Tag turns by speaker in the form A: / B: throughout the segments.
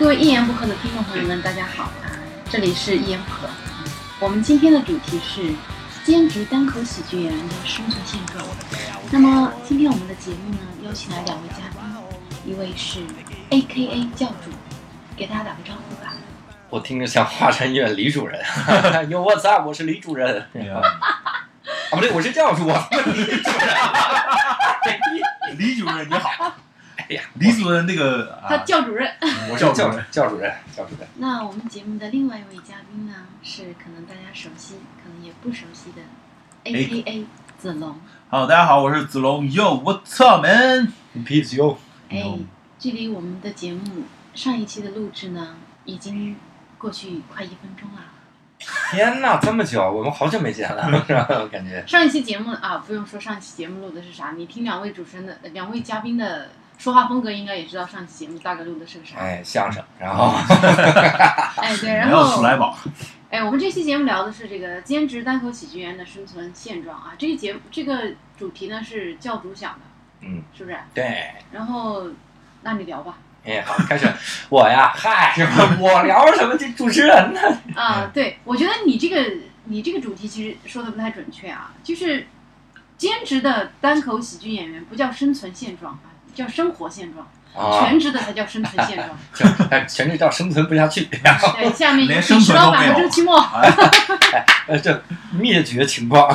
A: 位一言不合的听众朋友们，大家好啊！这里是一言不合，我们今天的主题是兼职单口喜剧演员的生存现状。那么今天我们的节目呢，邀请来两位嘉宾，一位是 A K A 教主，给大家打个招呼吧。
B: 我听着像华山医院李主任， 哟我操，我是李主任啊，
C: 哎呀，
B: 不对，我是教主，我啊是李主任。
C: 李主任你好，
B: 哎呀，
C: 李主任那个
A: 他
C: 啊，
A: 教主任。
B: 我是
C: 教
B: 教
C: 主
B: 主
C: 任，
B: 教主任，教主任。
A: 那我们节目的另外一位嘉宾呢，是可能大家熟悉，可能也不熟悉的 A K A 子龙。
C: 好，大家好，我是子龙，Yo what's up man？
B: 皮子哟，
A: 哎
C: 嗯，
A: 距离我们的节目上一期的录制呢，已经过去快一分钟了。
B: 天哪，这么久，我们好久没见了，是吧？我感觉
A: 上一期节目啊，不用说上一期节目录的是啥，你听两位主持人的、呃两位嘉宾的说话风格，应该也知道上期节目大概录的是个啥。
B: 哎相声，然后
A: 哎，对，
C: 没
A: 然
C: 有
A: 后
C: 鼠来宝，
A: 哎，我们这期节目聊的是这个兼职单口喜剧演员的生存现状啊。这个节目这个主题呢是教主想的，
B: 嗯，
A: 是不是？
B: 对。
A: 然后，那你聊吧。
B: 哎，好，开始。我呀，嗨，是吧？我聊什么？这主持人呢？
C: 哎
A: 啊，对，我觉得你这个你这个主题其实说的不太准确啊，就是兼职的单口喜剧演员不叫生存现状啊，叫生活现状，
B: 啊，
A: 全职的才叫生存现 状。
B: 全全职到生存不下去，然后
A: 对，下面有
C: 连
A: 请
C: 生
A: 石
C: 存
A: 老
C: 都
A: 板
C: 没
A: 和
C: 有
A: 周奇墨，
B: 呃，这灭绝情况，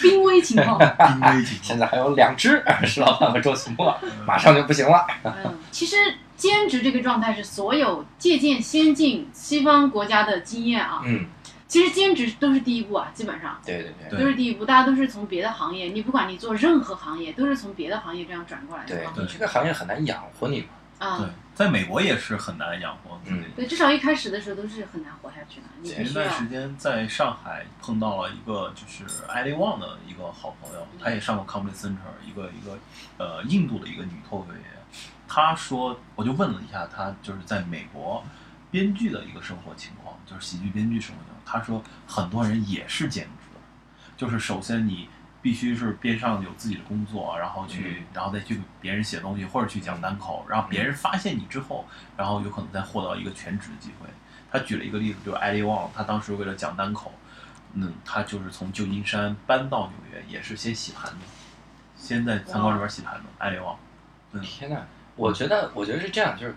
A: 濒危情 况。
C: 冰杯
B: 现
C: 情
B: 在还有两只石老板和 周奇墨，马上就不行了。
A: 嗯，其实兼职这个状态是所有借鉴先进西方国家的经验啊，
B: 嗯，
A: 其实兼职都是第一步啊，基本上。
B: 对对对
C: 对
A: 都是第一步，大家都是从别的行业，你不管你做任何行业，都是从别的行业这样转过来的
B: 对
A: 嘛，
B: 你这个行业很难养活你嘛。
A: 啊。
C: 对，在美国也是很难养活自己。
B: 嗯
A: 对，至少一开始的时候都是很难活下去的。你必
C: 前一
A: 须要
C: 段时间在上海碰到了一个就是艾利旺的一个好朋友，她也上过 Comedy Center，一个一个呃印度的一个女脱口秀演员。她说，我就问了一下她，就是在美国编剧的一个生活情况，就是喜剧编剧生活情况。她说，很多人也是兼职，就是首先你必须是边上有自己的工作，然后
A: 嗯
C: 去，然后再去给别人写东西或者去讲单口，然后别人发现你之后，然后有可能再获得一个全职的机会。他举了一个例子，就是艾利旺，他当时为了讲单口，嗯，他就是从旧金山搬到纽约，也是先洗盘子，先在餐馆里边洗盘子。艾利旺， 嗯，
B: 天呐，我觉得，我觉得是这样，就是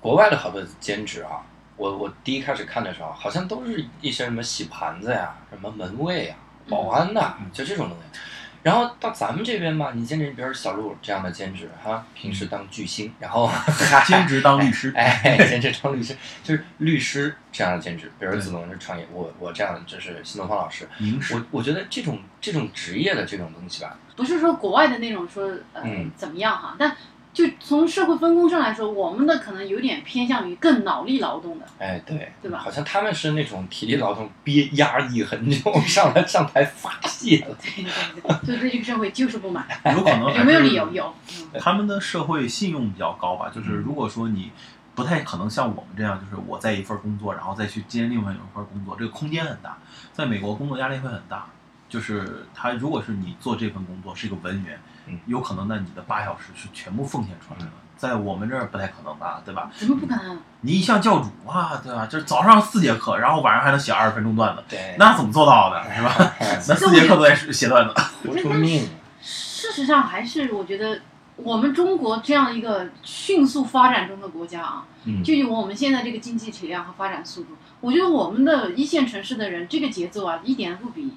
B: 国外的好多兼职啊，我我第一开始看的时候，好像都是一些什么洗盘子呀、什么门卫呀、保安呐、
C: 嗯
B: 就这种东西。然后到咱们这边嘛，你兼职，比如小鹿这样的兼职哈，平
C: 嗯
B: 时当巨星，然后
C: 兼职当律师，
B: 哎，兼职当律师，就是律师这样的兼职，比如子龙是创业，我我这样的就是新东方老
A: 哎
B: 师，
C: 名师，
B: 我我觉得这种这种职业的这种东西吧，
A: 不是说国外的那种说呃、
B: 嗯
A: 怎么样哈，但就从社会分工上来说，我们的可能有点偏向于更脑力劳动的。
B: 哎，对，
A: 对吧
B: 好像他们是那种体力劳动憋压抑很久，上来上台发泄了。
A: 对对对，对对这个社会就是不满，
C: 有可能还是
A: 哎有没有理由？有。嗯
C: 他们的社会信用比较高吧，就是
B: 嗯
C: 如果说你不太可能像我们这样，就是我在一份工作，然后再去兼另外一份工作，这个空间很大。在美国工作压力会很大，就是他如果是你做这份工作是一个文员
B: 嗯，
C: 有可能那你的八小时是全部奉献出来的
B: 嗯，
C: 在我们这儿不太可能吧，对吧？
A: 怎么不可能？
C: 你一像教主啊，对吧？就是早上四节课，然后晚上还能写二十分钟段子，
B: 对，
C: 那怎么做到
B: 哎
C: 的，是吧？那四节课都在写段子，
B: 活出命。
A: 事实上还是我觉得我们中国这样一个迅速发展中的国家啊，
B: 嗯
A: 就以我们现在这个经济体量和发展速度，我觉得我们的一线城市的人这个节奏啊，一点不比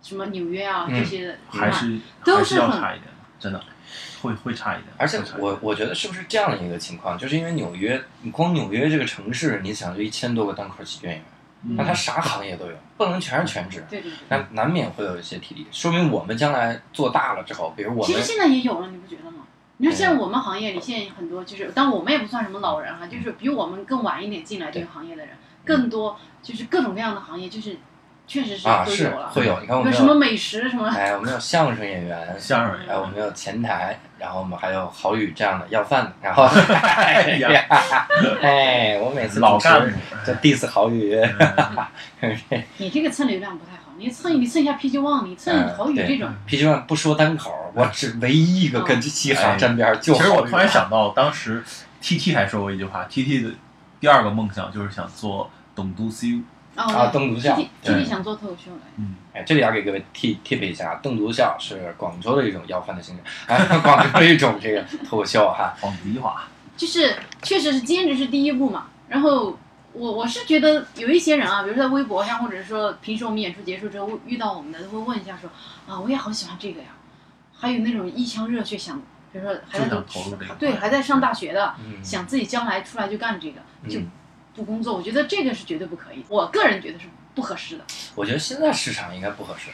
A: 什么纽约啊、
B: 嗯
A: 这些的
C: 还是
A: 都
C: 还
A: 是
C: 是要
A: 很
C: 差一点，真的会会差一点。
B: 而且
C: 会差一点
B: 我我觉得是不是这样的一个情况，就是因为纽约，你光纽约这个城市，你想就一千多个单口喜剧演员，
C: 嗯
B: 那他啥行业都有，不能全是全职，
A: 对对对。
B: 那难免会有一些体力。说明我们将来做大了之后，比如我
A: 其实
B: 们
A: 现在也有了，你不觉得吗？你说现在我们行业里现在很多就是，但我们也不算什么老人
B: 嗯
A: 哈，就是比我们更晚一点进来这个行业的人，更多就是各种各样的行业，就是确实是
B: 啊
A: 都
B: 是
A: 有了。
B: 会有，你看我
A: 比如
B: 们
A: 什么
B: 有，
A: 美食什么，
B: 哎，我们有相声演员，
C: 相声也
B: 哎，我们有前台，然后我们还有郝宇这样的要饭的，然后，哎呀， 哎，我每次
C: 老
B: 主持
C: 干部，
B: 就 diss 郝宇，
C: 嗯
A: 你这个蹭流量不太好，你蹭你蹭一下 PG One，你蹭
B: 嗯
A: 郝宇
B: 对
A: 这种，
B: 皮球上不说单口，我只唯一一个跟嘻哈沾边儿就
C: 哎其实
B: 郝
C: 我
B: 宇
C: 突然想到，当时 T T 还说过一句话，T T 的第二个梦想就是想做董都 C，
B: 啊，
A: 哦，
B: 邓独
A: 对
B: 笑，
A: T T 想做脱口秀来，
C: 嗯，
B: 哎，这里要给各位 tip tip 一下，啊邓独笑是广州的一种要饭的形式，哎， 广州的一种这个脱口秀哈。
C: 黄子一话，
A: 就是确实是兼职是第一步嘛。然后我我是觉得有一些人啊，比如在微博上，或者说平时我们演出结束之后遇到我们的，都会问一下说啊，我也好喜欢这个呀。还有那种一腔热血想，比如说还在
C: 就
A: 读
C: 想投入这个
A: 对还在上大学的，
B: 嗯，
A: 想自己将来出来就干这个，就
B: 嗯
A: 不工作，我觉得这个是绝对不可以，我个人觉得是不合适的，
B: 我觉得现在市场应该不合适。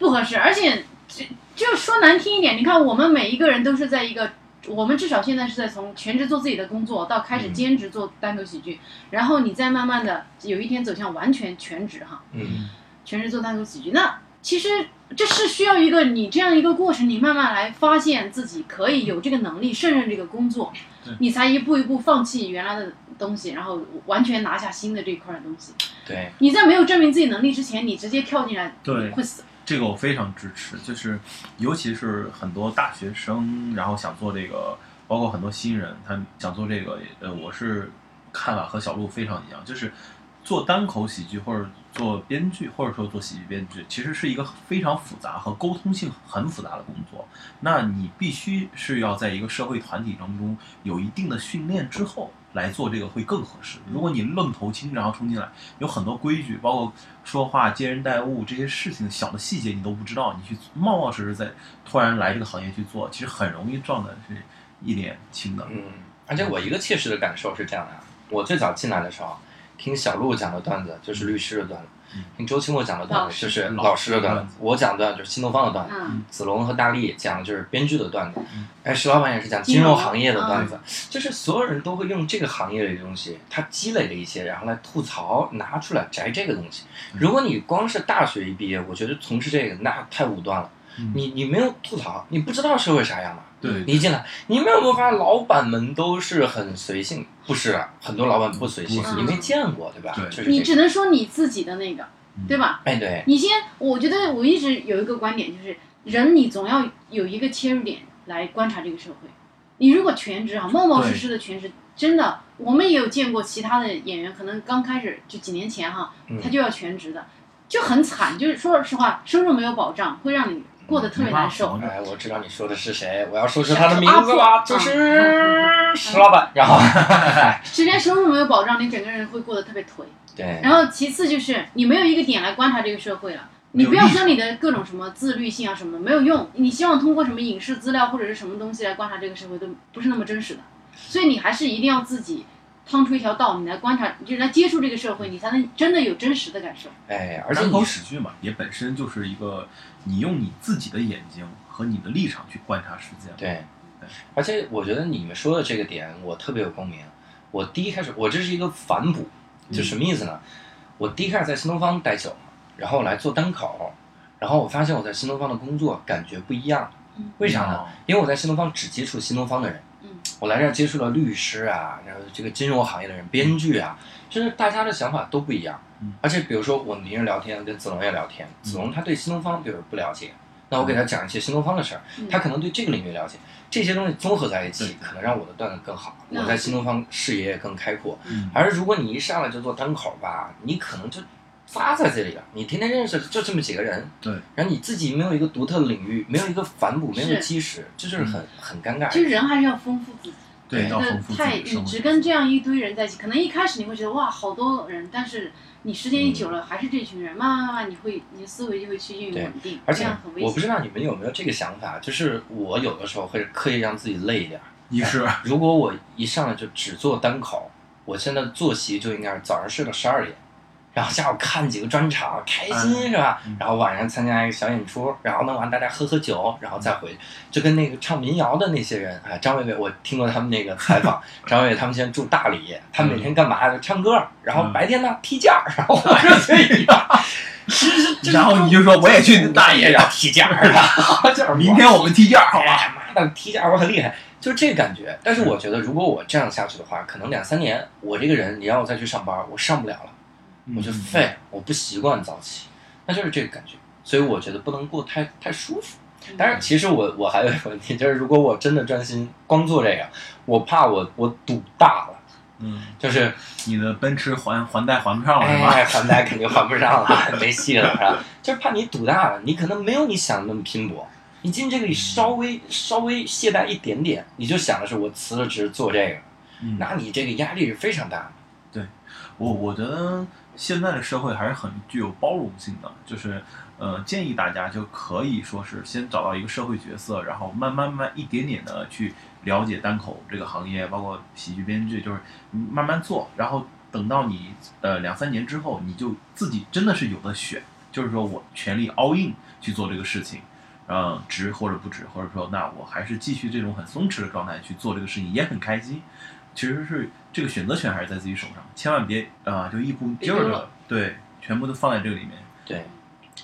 A: 不合适。而且就就说难听一点，你看我们每一个人都是在一个，我们至少现在是在从全职做自己的工作到开始
B: 嗯
A: 兼职做单口喜剧，然后你再慢慢的有一天走向完全全职哈，
B: 嗯，
A: 全职做单口喜剧，那其实这是需要一个你这样一个过程，你慢慢来发现自己可以有这个能力胜任这个工作
C: 对，
A: 你才一步一步放弃原来的东西，然后完全拿下新的这一块的东西。
B: 对，
A: 你在没有证明自己能力之前，你直接跳进来，
C: 对
A: 你会死。
C: 这个我非常支持，就是尤其是很多大学生，然后想做这个，包括很多新人，他想做这个，呃，我是看法和小鹿非常一样，就是做单口喜剧或者做编剧，或者说做喜剧编剧，其实是一个非常复杂和沟通性很复杂的工作。那你必须是要在一个社会团体当中有一定的训练之后来做这个会更合适。如果你愣头青然后冲进来，有很多规矩，包括说话、接人待物这些事情小的细节你都不知道，你去冒冒失失在突然来这个行业去做，其实很容易撞的是一脸青的。
B: 嗯，而且我一个切实的感受是这样的啊，我最早进来的时候，听小鹿讲的段子就是律师的段子
C: 嗯，
B: 听周奇墨讲的段
A: 老
B: 子
A: 师
B: 就是
C: 老
B: 老师的
C: 师的
B: 段
C: 段
B: 子
C: 子，
B: 我讲的段子就是新东方的段子，
A: 嗯，
B: 子龙和大力讲的就是编剧的段子
C: 嗯，
B: 哎，石老板也是讲
A: 金
B: 金融
A: 融
B: 行业的段
C: 嗯
B: 子，就是所有人都会用这个行业里的东西，他积累了一些，然后来吐槽，拿出来摘这个东西。
C: 嗯
B: 如果你光是大学一毕业，我觉得从事这个那太武断了，
C: 嗯
B: 你你没有吐槽，你不知道社会啥样的。
C: 对
B: 你一进来，你们有没有发现老板们都是很随性？不是啊，很多老板不随性
C: 不，
A: 随
B: 你
A: 性
B: 没见过对吧？
C: 对
B: 就是
A: 你
B: 这
A: 只
B: 个。
A: 能说你自己的那个，对吧？
B: 哎，对，
A: 你先，我觉得我一直有一个观点，就是人你总要有一个切入点来观察这个社会。你如果全职啊，冒冒失失的全职，真的，我们也有见过其他的演员，可能刚开始就几年前哈，
B: 嗯
A: 他就要全职的，就很惨。就是说实话，收入没有保障，会让你过得特别难受。
B: 哎，我知道你说的是谁，我要说出他的名字了，
A: 小猪
B: 就
A: 阿
B: 是石老板。然后，
A: 首先，收入没有保障，你整个人会过得特别颓。
B: 对，
A: 然后其次就是你没有一个点来观察这个社会了。你不要说你的各种什么自律性啊什么没有用，你希望通过什么影视资料或者是什么东西来观察这个社会都不是那么真实的，所以你还是一定要自己趟出一条道，你来观察，就是来接触这个社会，你才能真的有真实的感受。
B: 哎，而
C: 而
B: 且
C: 且
B: 你
C: 你喜剧嘛，也本身就是一个你用你自己的眼睛和你的立场去观察世界。，
B: 对，而且我觉得你们说的这个点，我特别有共鸣。我第一开始，我这是一个反哺，就什么意思呢？我第一开始在新东方待久了，然后我来做单口，然后我发现我在新东方的工作感觉不一样
A: 嗯，
B: 为
C: 哦
B: 啥呢？？因为我在新东方只接触新东方的人，
A: 嗯，
B: 我来这儿接触了律师啊，然后这个金融行业的人、编剧啊，就是大家的想法都不一样
C: 嗯。
B: 而且比如说我们平时聊天，跟子龙也聊天，子龙他对新东方比如不了解，那我
C: 嗯
B: 给他讲一些新东方的事儿，
A: 嗯
B: 他可能对这个领域了解，这些东西综合在一起
C: 对，
B: 可能让我的段子更好，
A: 嗯
B: 我在新东方视野也更开阔。
C: 嗯，
B: 而如果你一上来就做单口吧，你可能就扎在这里了，你天天认识就这么几个人，
C: 对，
B: 然后你自己没有一个独特的领域，没有一个反哺，
A: 是
B: 没有一个基石，这就是很很尴尬。
A: 其实人还是要丰富自己，
C: 对，要
A: 那
C: 丰富自
A: 太
C: 己的
A: 你
C: 生活
A: 只跟这样一堆人在一起，可能一开始你会觉得哇好多人，但是你时间一久了、还是这群人，慢慢慢慢你会你的思维就会趋近于
B: 对
A: 稳定，
B: 而
A: 这
B: 且
A: 样很危
B: 我不
A: 险。
B: 知道你们有没有这个想法，就是我有的时候会刻意让自己累一点儿。
C: 一是
B: 如果我一上来就只做单口，我现在作息就应该是早上睡到十二点，然后下午看几个专场，开心
C: 嗯
B: 是吧
C: 嗯？
B: 然后晚上参加一个小演出，然后弄完大家喝喝酒，然后再回去，就跟那个唱民谣的那些人，哎，张伟伟，我听过他们那个采 访，张伟伟他们现在住大理，他们每天干嘛？就唱歌，然后
C: 嗯
B: 白天呢踢毽儿，然后晚上睡觉。
C: 然后你就说我也去你大爷
B: 要踢毽儿 了，就是
C: 明天我们踢毽儿好吧？
B: 哎妈的，踢毽我很厉害，就是这个感觉。但是我觉得，如果我这样下去的话，可能两三年，我这个人，你让我再去上班，我上不了了，
C: 嗯
B: 我就废了，我不习惯早起，那就是这个感觉。所以我觉得不能过太太舒服。
A: 嗯
B: 当然，其实我我还有一个问题，就是如果我真的专心光做这个，我怕我我赌大了，
C: 嗯，
B: 就是
C: 你的奔驰还还贷还不上了是吧？
B: 哎，还贷肯定还不上了， 没戏了，是吧？就是怕你赌大了，你可能没有你想的那么拼搏。你进这个里稍微稍微懈怠一点点，你就想的是我辞了职做这个，
C: 嗯，
B: 那你这个压力是非常大的。
C: 我我觉得现在的社会还是很具有包容性的，就是呃，建议大家就可以说是先找到一个社会角色，然后慢慢慢一点点的去了解单口这个行业，包括喜剧编剧，就是你慢慢做，然后等到你呃两三年之后，你就自己真的是有的选，就是说我全力 all in 去做这个事情。嗯，值或者不值，或者说，那我还是继续这种很松弛的状态去做这个事情，也很开心。其实是这个选择权还是在自己手上，千万别啊、就一股劲儿
D: 别丢
C: 的，对，全部都放在这个里面。
B: 对，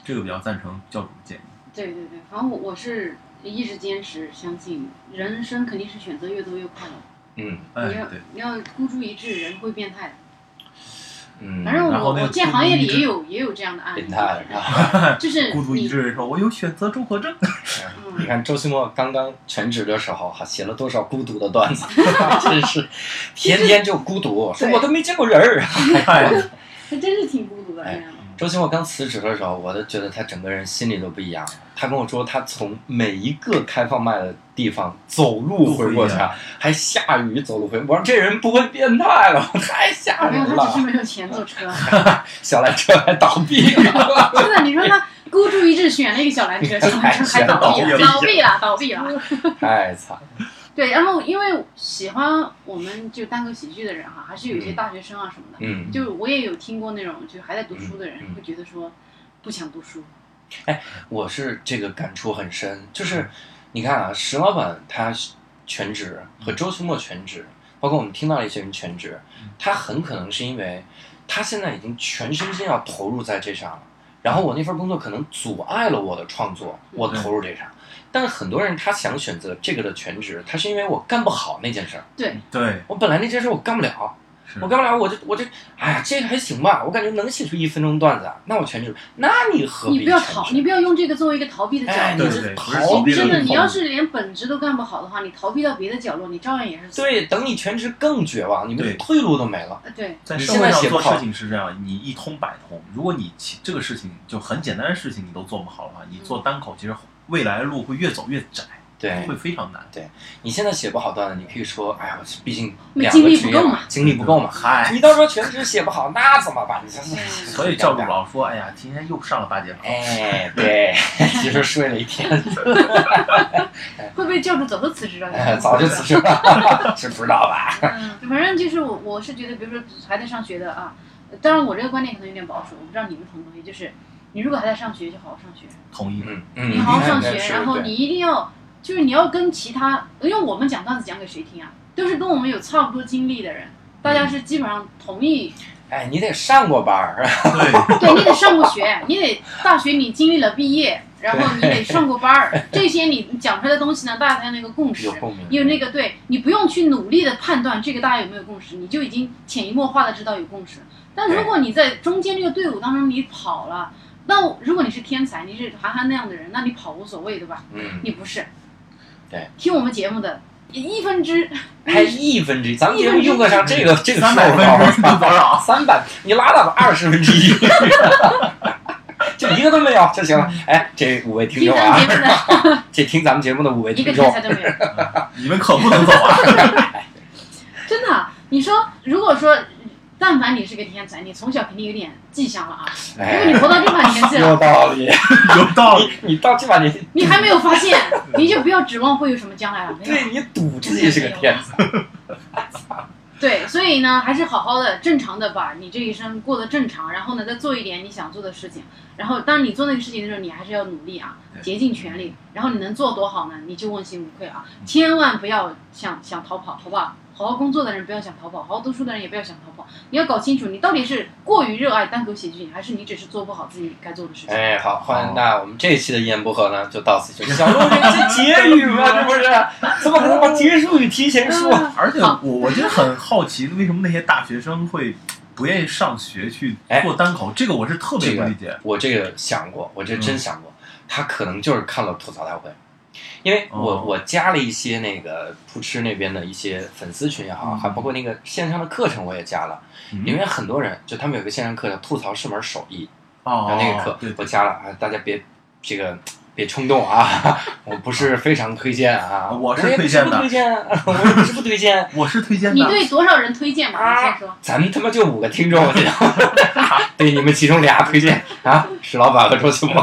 C: 这个比较赞成教主的建议。
A: 对对对，反正我我是一直坚持相信，人生肯定是选择越多越快乐。
B: 嗯
C: 哎
A: 你要，
C: 对，
A: 你要孤注一掷，人会变态的。
B: 嗯，
A: 反正
C: 然后
A: 我
C: 那个
A: 我见行业里也有也有这样的案例
B: 变，态是吧？
A: 就是
C: 孤注一
A: 你
C: 掷说：“我有选择综合症。
B: 你
A: 嗯，
B: 看周奇墨刚刚全职的时候，哈，写了多少孤独的段子， 真是天天就孤独，说我都没见过人儿。”
C: 哎，
A: 还真是挺孤独的
B: 哎
A: 那样的。
B: 周奇墨刚辞职的时候，我都觉得他整个人心里都不一样了。他跟我说，他从每一个开放麦的地方走路回过去啊，还下雨走路回。我说这人不会变态了， 太吓
C: 哎
A: 没有，
B: 人
A: 他只
B: 了
A: 是。没有钱坐 车。
B: 小蓝车还倒闭了，
A: 真的，你说他孤注一掷选了一个小蓝车，小蓝车还倒闭 了，倒闭了，倒闭了。
B: 太惨。
A: 对，然后因为喜欢我们就单口喜剧的人哈，还是有一些大学生啊什么的，
B: 嗯，
A: 就是我也有听过那种就还在读书的人
B: 嗯嗯
A: 会觉得说不想读书，
B: 我是这个感触很深，
A: 嗯
B: 就是你看啊，石老板他全职和
A: 嗯
B: 周奇墨全职，包括我们听到的一些人全职
C: 嗯，
B: 他很可能是因为他现在已经全身心要投入在这上了。然后我那份工作可能阻碍了我的创作，我
A: 嗯
B: 投入这上。但很多人他想选择这个的全职，他是因为我干不好那件事儿，
C: 对，
B: 我本来那件事儿我干不了，
A: 嗯
C: 是
B: 我干不了，我就我这，哎呀，这个还行吧，我感觉能写出一分钟段子啊，那我全职，那你何必
A: 你不要
B: 全
A: 逃，
B: 职
A: 你不要用这个作为一个逃避的角
B: 哎，你
A: 度。
C: 对
B: 是
C: 对不是
B: 逃避
A: 真
B: 的
A: 的，
B: 一
A: 你
B: 种
A: 要是连本职都干不好的话，你逃避到别的角落，你照样也是死。
B: 对，等你全职更绝望，你
C: 对
B: 们退路都没了。
A: 呃对，
C: 在
B: 你
C: 社
B: 现
C: 会
B: 在
C: 上
B: 写不
C: 做
B: 好
C: 事情是这样，你一通百通。如果你其这个事情就很简单的事情你都做不好的话，你做单口其实未来的路会越走越窄，
B: 对
C: 会非常难。
B: 你现在写不好段子，你可以说，哎呀，我毕竟
A: 没
B: 两
A: 精
B: 个
A: 力
B: 职
A: 不
B: 业
A: 够
B: 嘛
A: 嘛
B: 精力不够嘛。
C: 嗨，
B: 你到时候全职写不好，那怎么办？你这是
A: 嗯
C: 所以教主老说：“哎呀，今天又上了大街跑。”
B: 哎，对，其实睡了一天，
A: 会不会教主早就辞职了？
B: 哎早就辞职了，是不知道吧？
A: 嗯，反正就是我我是觉得，比如说还在上学的啊，呃当然我这个观点可能有点保守，我不知道你们同不同意，就是你如果还在上学，就好好上学，
C: 同意。
B: 嗯嗯，
A: 你好好上
B: 应该
A: 学，
B: 是
A: 然后
B: 对
A: 你一定要就是你要跟其他，因为我们讲段子讲给谁听啊，都是跟我们有差不多经历的人。大
B: 嗯
A: 家是基本上同意，
B: 哎，你得上过班儿，
C: 对，
A: 对你得上过学，你得大学你经历了毕业，然后你得上过班儿，这些你你讲出来的东西呢，大家才有那个共识
B: 有。共鸣，
A: 有那个对你不用去努力的判断这个大家有没有共识，你就已经潜移默化的知道有共识。但如果你在中间这个队伍当中你跑了，那如果你是天才，你是韩寒那样的人，那你跑无所谓，对吧？
B: 嗯，
A: 你不是。
B: 对。
A: 听我们节目的一分之
B: 还一分之一，咱们
A: 一
B: 节
A: 分
B: 目
A: 之
B: 用得上这个这个
C: 三百
B: 数
C: 分
B: 吗
C: 钟是多少？
B: 啊三百，你拉倒吧，二十分之一，就一个都没有就 行了。哎，这五位听
A: 听
B: 众
A: 咱
B: 啊
A: 们，节目 的
B: 这听咱们节目的五位
A: 一个
B: 听
A: 天
B: 众
A: 才，都没有，
C: 你们可不能走啊！
A: 真的。啊你说，如果说，但凡你是个天才，你从小肯定有点迹象了啊。如果你
B: 哎，
A: 活到这把年纪
B: 有
A: 了，
B: 道理。啊
C: 有道理。
B: 你你到这把年纪，
A: 你还没有发现，你就不要指望会有什么将来了。没有
B: 对你赌自己是个天才，
A: 对，所以呢，还是好好的、正常的把你这一生过得正常，然后呢，再做一点你想做的事情。然后，当你做那个事情的时候，你还是要努力啊，
C: 对
A: 竭尽全力。然后你能做多好呢？你就问心无愧啊！千万不要想想逃跑，好不好？好好工作的人不要想逃跑，好好读书的人也不要想逃跑。你要搞清楚，你到底是过于热爱单口喜剧，还是你只是做不好自己该做的事情？
B: 哎，好，欢迎。那我们这一期的一言不合呢，就到此结束。小鹿，这是结语吗？这不是？怎么可能把结束语提前说？
A: 啊
C: 而且我
A: 好
C: 我真的很好奇，为什么那些大学生会不愿意上学去
B: 哎
C: 做单口？这个我是特别
B: 这
C: 不
B: 个
C: 理解。嗯
B: 我这个想过，我这真想过。他可能就是看了吐槽大会，因为我、
C: 哦
B: 我加了一些那个扑哧那边的一些粉丝群也好，
C: 嗯
B: 还包括那个线上的课程我也加了，
C: 嗯
B: 因为很多人就他们有个线上课叫吐槽是门手艺，
C: 哦
B: 然后那个课
C: 对
B: 我加了啊，大家别这个别冲动啊， 我不是非常推荐啊，
C: 我是
B: 也
C: 推荐的
B: 不推荐，啊 我也不是不推荐，
C: 我是推荐
A: 你
C: 的，
A: 对多少人推荐嘛？你
B: 啊
A: 先说。
B: 咱们他妈就五个听众，我觉得对你们其中俩推荐啊，石老板和周秋波，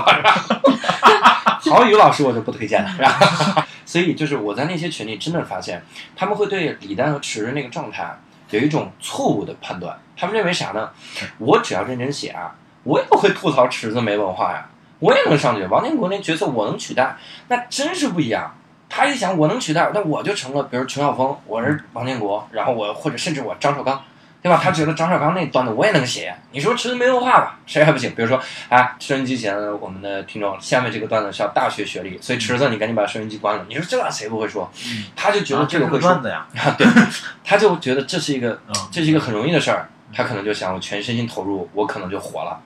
B: 郝宇老师我就不推荐了。然后 所以就是我在那些群里真的发现，他们会对李诞和池的那个状态有一种错误的判断，他们认为啥呢？我只要认真写啊，我也不会吐槽池子没文化呀，我也能上去。王建国那角色我能取代，那真是不一样。他一想我能取代，那我就成了，比如陈晓峰，我是王建国，然后我或者甚至我张绍刚，对吧？他觉得张绍刚那段子我也能写，你说池子没文化吧，谁还不行？比如说啊，收音机前的我们的听众，下面这个段子是要大学学历，所以池子你赶紧把收音机关了。你说这谁不会说？
C: 嗯
B: 他就觉
C: 啊
B: 得
C: 这
B: 个
C: 是
B: 会
C: 个
B: 说，嗯
C: 段子呀，
B: 他就觉得这是一个
C: 嗯，
B: 这是一个很容易的事儿，他可能就想我全身心投入，我可能就火了。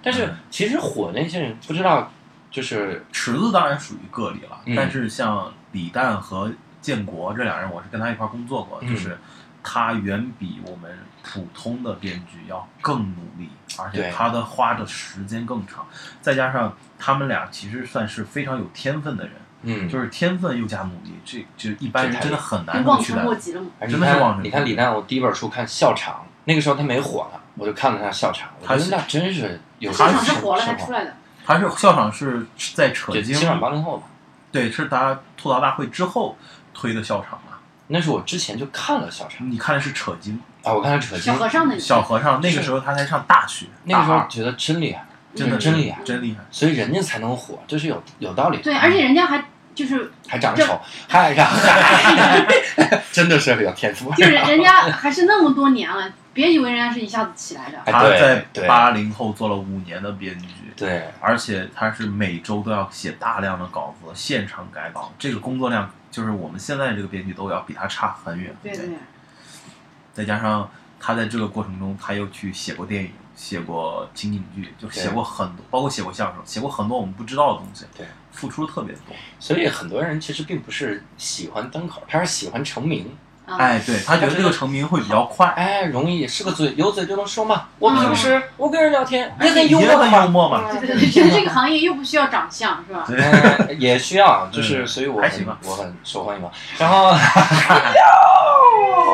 B: 但是
C: 嗯
B: 其实火那些人不知道，就是
C: 池子当然属于个例了，
B: 嗯
C: 但是像李诞和建国这俩人，我是跟他一块儿工作过，
B: 嗯
C: 就是他远比我们普通的编剧要更努力，而且
B: 对
C: 他的花的时间更长，再加上他们俩其实算是非常有天分的人，
B: 嗯，
C: 就是天分又加努力，这这一般人真的很难
A: 跟
C: 能
A: 望
C: 取
A: 尘
C: 代。
A: 莫及了嘛？
B: 而
C: 真的是望尘莫及
B: 哎你看李诞，我第一本书看《笑场》，那个时候他没火呢，我就看了他《笑场》，我觉
C: 他
B: 得
C: 是
B: 那真是
C: 哎
B: 有
A: 市场是
B: 生
A: 火了才
B: 生
A: 出
B: 活
A: 来的，
C: 他是校长是在扯
B: 就
C: 经
B: 七，晚八零后吧。
C: 对，是他吐槽大会之后推的校场嘛？
B: 那是我之前就看了《笑场
C: 你看的是扯经，》
B: 啊，我看他扯经
A: 小，和尚的你
C: 小和尚那
B: 就
C: 个
B: 是
C: 时候他才上大学，
B: 那个时
C: 大
B: 候
C: 二
B: 觉得真厉害，
C: 真的
A: 嗯
B: 真厉害
C: 真厉害。
B: 所以人家才能火，这是有有道理的。
A: 对，而且人家还就是
B: 还长得丑，还长 得，真的是有天赋。
A: 就是人家还是那么多年了，别以为人家是一下子起来的。
B: 哎
C: 他在
B: 对
C: 八零后做了五年的编剧，
B: 对，
C: 而且他是每周都要写大量的稿子，现场改稿，这个工作量就是我们现在这个编剧都要比他差很远。
A: 对对，
C: 再加上他在这个过程中，他又去写过电影，写过情景剧，就
B: 对
C: 写过很多，包括写过相声，写过很多我们不知道的东西。
B: 对，
C: 付出特别多。
B: 所以很多人其实并不是喜欢单口，他是喜欢成名，
A: 啊，
C: 哎，对他觉得这个成名会比较快，
B: 哎，容易是个嘴，有嘴就能说嘛。我
A: 嗯
B: 平时我跟人聊天
C: 哎
B: 很幽
C: 也很幽
B: 默嘛，嗯
C: 默嘛。
A: 对对对，觉得这个行业又不需要长相是吧？
C: 对，
B: 哎也需要，就是
C: 嗯
B: 所以我
C: 还
B: 很
C: 行吧
B: 我很受欢迎嘛。然后，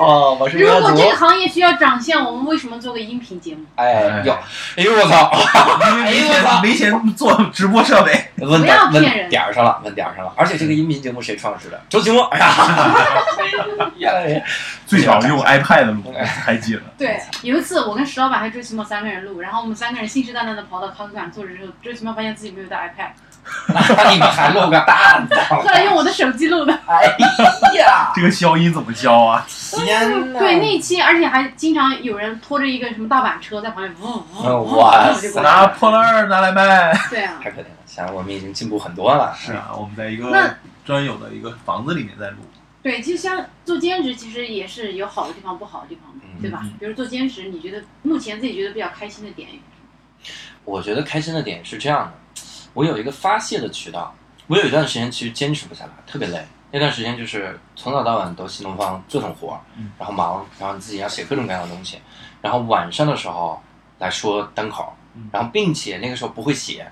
B: 哦，我是
A: 如
B: 苗
A: 果
B: 族
A: 这，个行业需要长相，我们为什么做个音频节目？
B: 哎，有，哎呦我操，
C: 啊因为没
B: 哎呦我操
C: 钱没钱做直播设备，
B: 问
A: 不要
B: 点问
A: 骗人
B: 点儿上了，问点儿上了。而且这个音频节目谁创始的？周 奇墨。哎呀，越来越
C: 最早用 iPad 录，
B: 哎
C: 还记得。
A: 对，有一次我跟石老板还有周奇墨三个人录，然后我们三个人信誓旦旦的跑到咖啡馆坐着之后，周奇墨发现自己没有带 iPad，
B: 那你们还露个蛋呢？
A: 后来用我的手机录的。
B: 哎呀，
C: 这个消音怎么消啊？
B: 天哪！
A: 对，那一期而且还经常有人拖着一个什么大板车在旁边嗡嗡嗡嗡，
B: 啊哇
A: 然后我就过来
C: 拿破烂儿拿来卖。
A: 对啊，
B: 太可怜了，想我们已经进步很多了。
C: 是啊，我们在一个
A: 那
C: 专有的一个房子里面在录，
A: 对，就像做兼职其实也是有好的地方，不好的地方嘛，
B: 嗯
A: 对吧
C: 嗯？
A: 比如做兼职，你觉得目前自己觉得比较开心的点，
B: 我觉得开心的点是这样的，我有一个发泄的渠道。我有一段时间其实坚持不下来，特别累。那段时间就是从早到晚都新东方各种活儿
C: 嗯，
B: 然后忙，然后你自己要写各种各样的东西，然后晚上的时候来说单口
C: 嗯，
B: 然后并且那个时候不会写，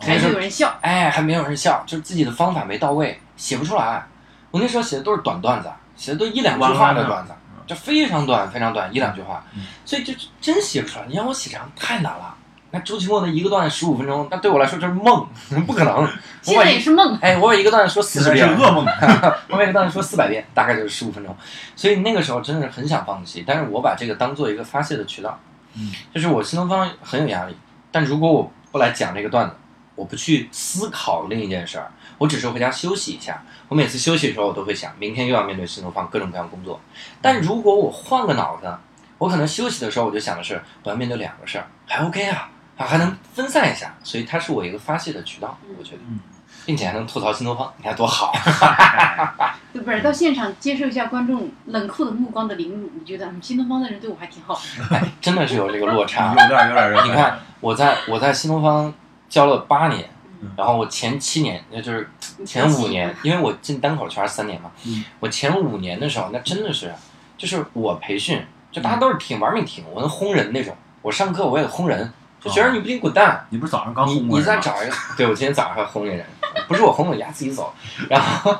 A: 还是有人笑，
B: 哎，还没有人笑，就是自己的方法没到位，写不出来。我那时候写的都是短段子，写的都一两句话的段子
C: 嗯，
B: 就非常短，非常短，一两句话
C: 嗯，
B: 所以就真写不出来。你让我写长太难了。那周奇墨的一个段十五分钟，那对我来说就是梦， 不可能。我
A: 现
B: 把
A: 在也
B: 一
A: 是梦。啊
B: 哎，我把一个段子说四
C: 现
B: 十
C: 在是
B: 遍，
C: 噩梦。
B: 我每个段子说四百遍，大概就是十五分钟，所以那个时候真的是很想放弃，但是我把这个当做一个发泄的渠道，
C: 嗯，
B: 就是我新东方很有压力，但如果我不来讲这个段子，我不去思考另一件事儿，我只是回家休息一下。我每次休息的时候，我都会想，明天又要面对新东方各种各样的工作，但如果我换个脑子，我可能休息的时候我就想的是，我要面对两个事儿，还 OK 啊。啊，还能分散一下，所以它是我一个发泄的渠道，我觉得，
C: 嗯，
B: 并且还能吐槽新东方，你看多好。
C: 哎
A: 对，不是到现场接受一下观众冷酷的目光的凌辱，你觉得嗯，新东方的人对我还挺好的，
B: 哎，真的是有这个落
C: 有
B: 差。
C: 点有点有点。
B: 你看，我在我在新东方教了八年，
A: 嗯
C: 嗯
B: 然后我前七年，那就是
A: 你
B: 前
A: 相
B: 五
A: 信
B: 年，因为我进单口圈三年嘛，
C: 嗯
B: 我前五年的时候，那真的是，就是我培训，就
C: 嗯
B: 大家都是挺玩命挺，我能轰人那种。我上课我也轰人，就觉得
C: 哦
B: 你不行滚蛋，
C: 你不是早上刚
B: 你
C: 轰过
B: 你
C: 人吗
B: 再找一个。对我今天早上还轰一人，不是我轰我丫自己走，然后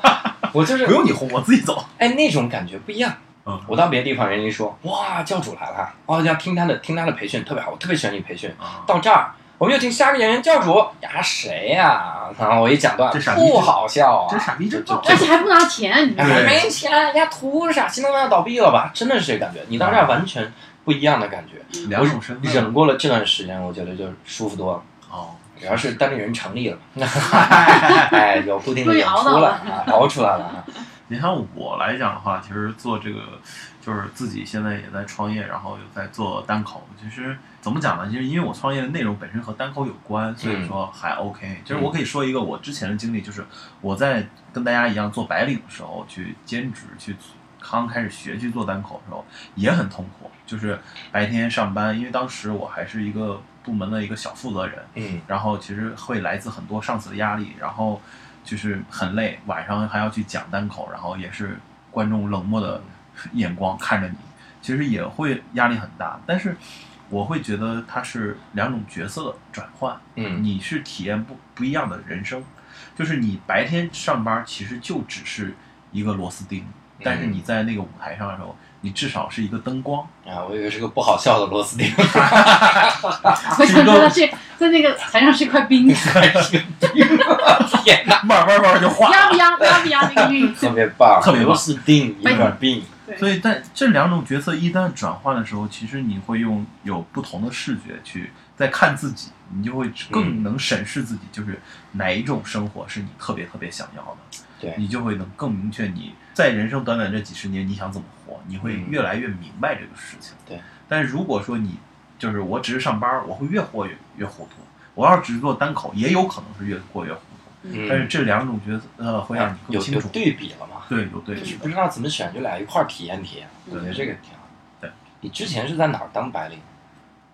B: 我就是
C: 不用你轰，我自己走。
B: 哎那种感觉不一样。
C: 嗯
B: 我到别的地方，人家一说哇教主来了，哦要听他的听他的培训特别好，我特别喜欢你培训。
C: 啊，
B: 到这儿，我们又听下一个演员教主呀谁呀、然后我一讲段
C: 这
B: 子
C: 傻逼
B: 不
C: 真
B: 好笑啊，
C: 这傻逼真
B: 就
C: 棒
A: 哦
B: 就
A: 而且还不拿钱，你知道吗
B: 哎，
C: 对
B: 没钱，人家图啥？新东方要倒闭了吧？真的是这感觉，你到这
C: 嗯
B: 儿完全不一样的感觉。
C: 两种身份。
B: 忍过了这段时间，我觉得就舒服多了。
C: 哦，
B: 主要是单立人成立了， 哎，有固定的演出了，啊熬出来了啊。
C: 你像我来讲的话，其实做这个就是自己现在也在创业，然后又在做单口。其实怎么讲呢？就是因为我创业的内容本身和单口有关，所以说还 OK。就是我可以说一个我之前的经历，就是我在跟大家一样做白领的时候，去兼职去刚开始学去做单口的时候，也很痛苦。就是白天上班，因为当时我还是一个部门的一个小负责人，
B: 嗯
C: 然后其实会来自很多上司的压力，然后就是很累，晚上还要去讲单口，然后也是观众冷漠的 眼光看着你，其实也会压力很大。但是我会觉得它是两种角色的转换，
B: 嗯
C: 你是体验不不一样的人生，就是你白天上班其实就只是一个螺丝钉，但是你在那个舞台上的时候，你至少是一个灯光，
B: 啊，我以为是个不好笑的螺丝钉，
A: 我想说的是，在那个台上是块冰，
B: 天哪，
C: 慢慢慢慢就化了
A: 压不压压不压那个运气
B: 特？别棒，
C: 特别棒
B: 螺丝钉一块冰，
C: 所以，在这两种角色一旦转换的时候，其实你会用有不同的视觉去在看自己，你就会
B: 嗯
C: 更能审视自己，就是哪一种生活是你特别特别想要的，
B: 对
C: 你就会能更明确你在人生短短这几十年你想怎么活，你会
B: 嗯
C: 越来越明白这个事情。
B: 对，
C: 但是如果说你就是我只是上班，我会越活越越糊涂；我要是只是做单口，也有可能是越活越糊涂。但是
B: 嗯，
C: 这两种角色呃会让你更
B: 哎有
C: 清
B: 有
C: 楚，
B: 对比了吗？
C: 对有对比
B: 就是
C: 的
B: 不知道怎么选，就俩一块儿体验体验，我觉得这个挺好。
C: 嗯对，
B: 你之前是在哪儿当白领？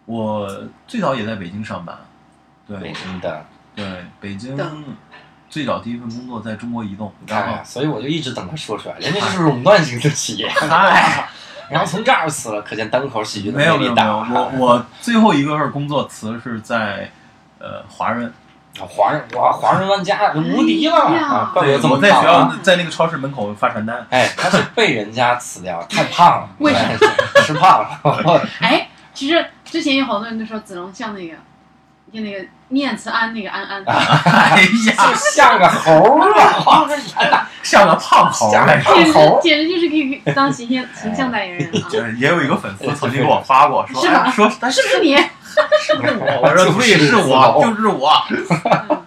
C: 我最早也在北京上班，
B: 北
C: 对
B: 京的，
C: 对，北京
A: 对
C: 最早第一份工作在中国移动，
B: 看
C: 然
B: 看，
C: 后
B: 所以我就一直等他说
C: 嗯
B: 出来，人家就是垄断型的企 业，
C: 嗨，
B: 然后从这儿死了，可见单口喜剧的
C: 没有
B: 魅力
C: 没有没
B: 大。
C: 有，我我最后一个份工作辞是在呃华润，
B: 啊华人哇，华人玩家无敌了
A: 哎呀
B: 啊！怪不得
C: 对，
B: 这么
C: 我在
B: 胖
C: 学
B: 啊。
C: 校在那个超市门口发传单，
B: 哎，他是被人家辞掉，太胖了，
C: 哎
A: 为
B: 啥吃胖 了？
A: 哎，其实之前有好多人都说子龙像那个，就那个念慈庵那个安安，
B: 啊
C: 哎呀，
B: 就像个猴儿 啊！
C: 像个胖猴
B: 像
C: 来
B: 个
C: 着。
A: 简
B: 胖猴
A: 直
B: 儿。
A: 简直就是可以当形象形象代言人 啊！
C: 呃也有一个粉丝曾经给我发过，说
A: 是吧
C: 哎说他
A: 是
C: 是
A: 不是你？
C: 不是我？我说
B: 就
C: 对，
B: 是
C: 是我，就是我。
A: 嗯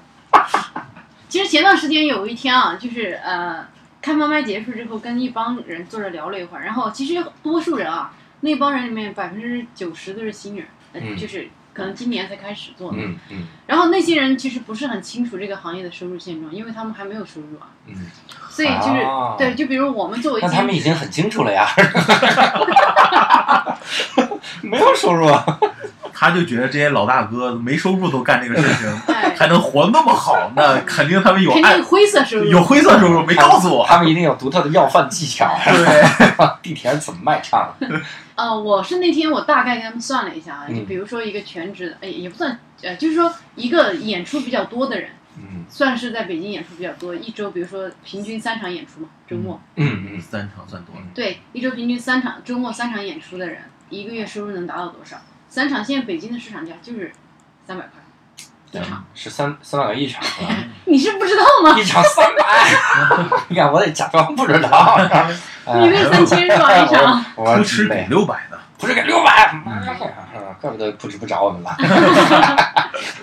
A: 其实前段时间有一天啊，就是呃，开麦麦结束之后，跟一帮人坐着聊了一会儿，然后其实多数人啊，那帮人里面百分之九十都是新人，呃
B: 嗯
A: 就是可能今年才开始做的。
B: 嗯嗯
A: 然后那些人其实不是很清楚这个行业的收入现状，因为他们还没有收入啊，
B: 嗯，
A: 所以就是、
B: 啊
A: 对，就比如我们作为
B: 那他
A: 兼
B: 们已
A: 职，
B: 经很清楚了 呀。没有收入啊！
C: 他就觉得这些老大哥没收入都干这个事情，
A: 哎，
C: 还能活那么好，那肯定他们有
A: 肯
C: 暗
A: 定灰色收入，
C: 有灰色收入没告诉我。
B: 他们一定有独特的要饭技巧，啊
C: 对，
B: 地铁是怎么卖唱啊的？
A: 呃，我是那天我大概给他们算了一下啊，
B: 嗯
A: 就比如说一个全职的，哎，也不算，呃，就是说一个演出比较多的人，
B: 嗯
A: 算是在北京演出比较多，一周比如说平均三场演出嘛，周末，
B: 嗯嗯，
C: 三场算多了。
A: 对，一周平均三场，周末三场演出的人，一个月收入能达到多少？三场现在北京的市场价就是三百块一场，
B: 是三三百个一场是吧？
A: 你是不知道吗？
B: 一场三百， 你看我得假装不知 道。
C: 哎
A: 你那三千是吧？一 场，
B: 我我
C: 不吃给六百的，
B: 不是给嗯六百，妈呀，怪不得不知不找我们了。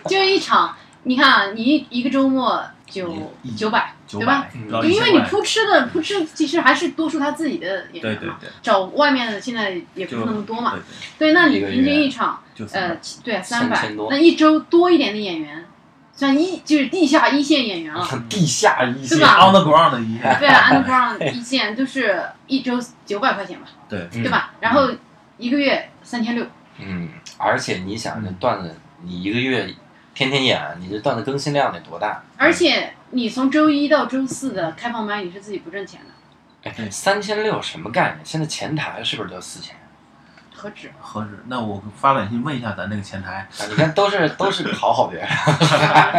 A: 就一场，你看啊，你一一个周末九
C: 一
A: 九百，
C: 九
A: 对吧
C: 百，
B: 到
A: 因为你
C: 不
A: 扑吃的扑吃，其实还是多数他自己的演员嘛。
C: 对对对，
A: 找外面的现在也不
C: 就是
A: 那么多嘛
C: 对，
A: 对，
C: 对
A: 那
B: 一
A: 你
B: 个
A: 平均
B: 月
A: 一场，
C: 就
A: 呃
C: 三，
A: 对，三
B: 三
A: 百
B: 千多，
A: 那一周多一点的演员，算一就是地下一线演员啊，
B: 地下一线
A: 对，吧
C: on the ground 的一下，
A: 对啊，underground 一线都是一周九百块钱吧，
C: 对，嗯
B: 对
A: 对？吧？然后
B: 嗯
A: 一个月三千六，
B: 嗯，而且你想，这段子你一个月天天演，你这段子更新量得多大？
A: 而且你从周一到周四的开放麦，你是自己不挣钱的，
C: 嗯
B: 哎，三千六什么概念？现在前台是不是都四千？
A: 何 止？
C: 何止？那我发短信问一下咱那个前台，
B: 啊，你看都是都是讨好别人，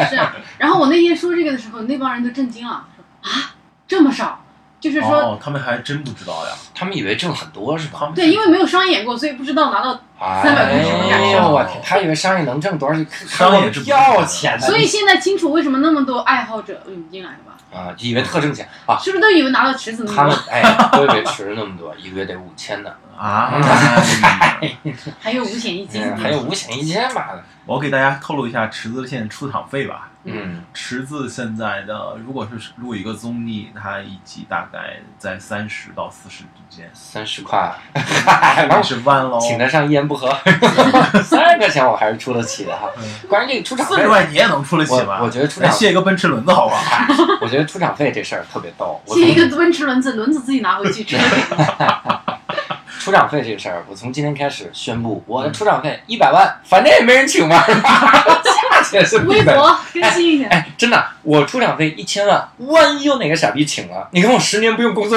A: 是啊。然后我那天说这个的时候，那帮人都震惊了，说啊，这么少？就是说，
C: 哦，他们还真不知道呀，
B: 他们以为挣很多是吧？
C: 他们
A: 对，因为没有商演过，所以不知道拿到。
B: 哎
A: 350
C: 感觉
B: 呦我天，他以为商业能挣多少？
C: 商业是不挣
B: 要钱的，
A: 所以现在清楚为什么那么多爱好者涌进来了吧？
B: 啊，以为特挣钱啊，
A: 是不是都以为拿到池子那
B: 他
A: 么
B: 们
A: 多？
C: 嗯
B: 哎，都以为吃那么多，一个月得五千呢，
C: 啊。哎
A: 还有五险一金
B: 嗯，还有五险一金嘛的，
C: 我给大家透露一下池子现在出场费吧。
B: 嗯，
C: 池子现在的如果是录一个综艺，它一集大概在三十到四十之间，
B: 三十块，嗨
C: 二十万喽。
B: 请得上一言不合， 三十块钱我还是出得起的哈。关于这个出场
C: 嗯四
B: 费
C: 十，万你也能出得起
B: 我
C: 吧？哎
B: 我觉得出
C: 来
B: 场，
C: 卸一个奔驰轮子，好吧？
B: 我觉得出场费这事儿特别逗。我
A: 借一
B: 从
A: 个奔驰轮子，轮子自己拿回去吃。
B: 出场费这个事儿，我从今天开始宣布，我的出场费一百万，反正也没人请嘛，价钱是不
A: 微
B: 一百。
A: 博更新一点，
B: 哎，真的，我出场费一千万，万一有哪个傻逼请了，你看我十年不用工作，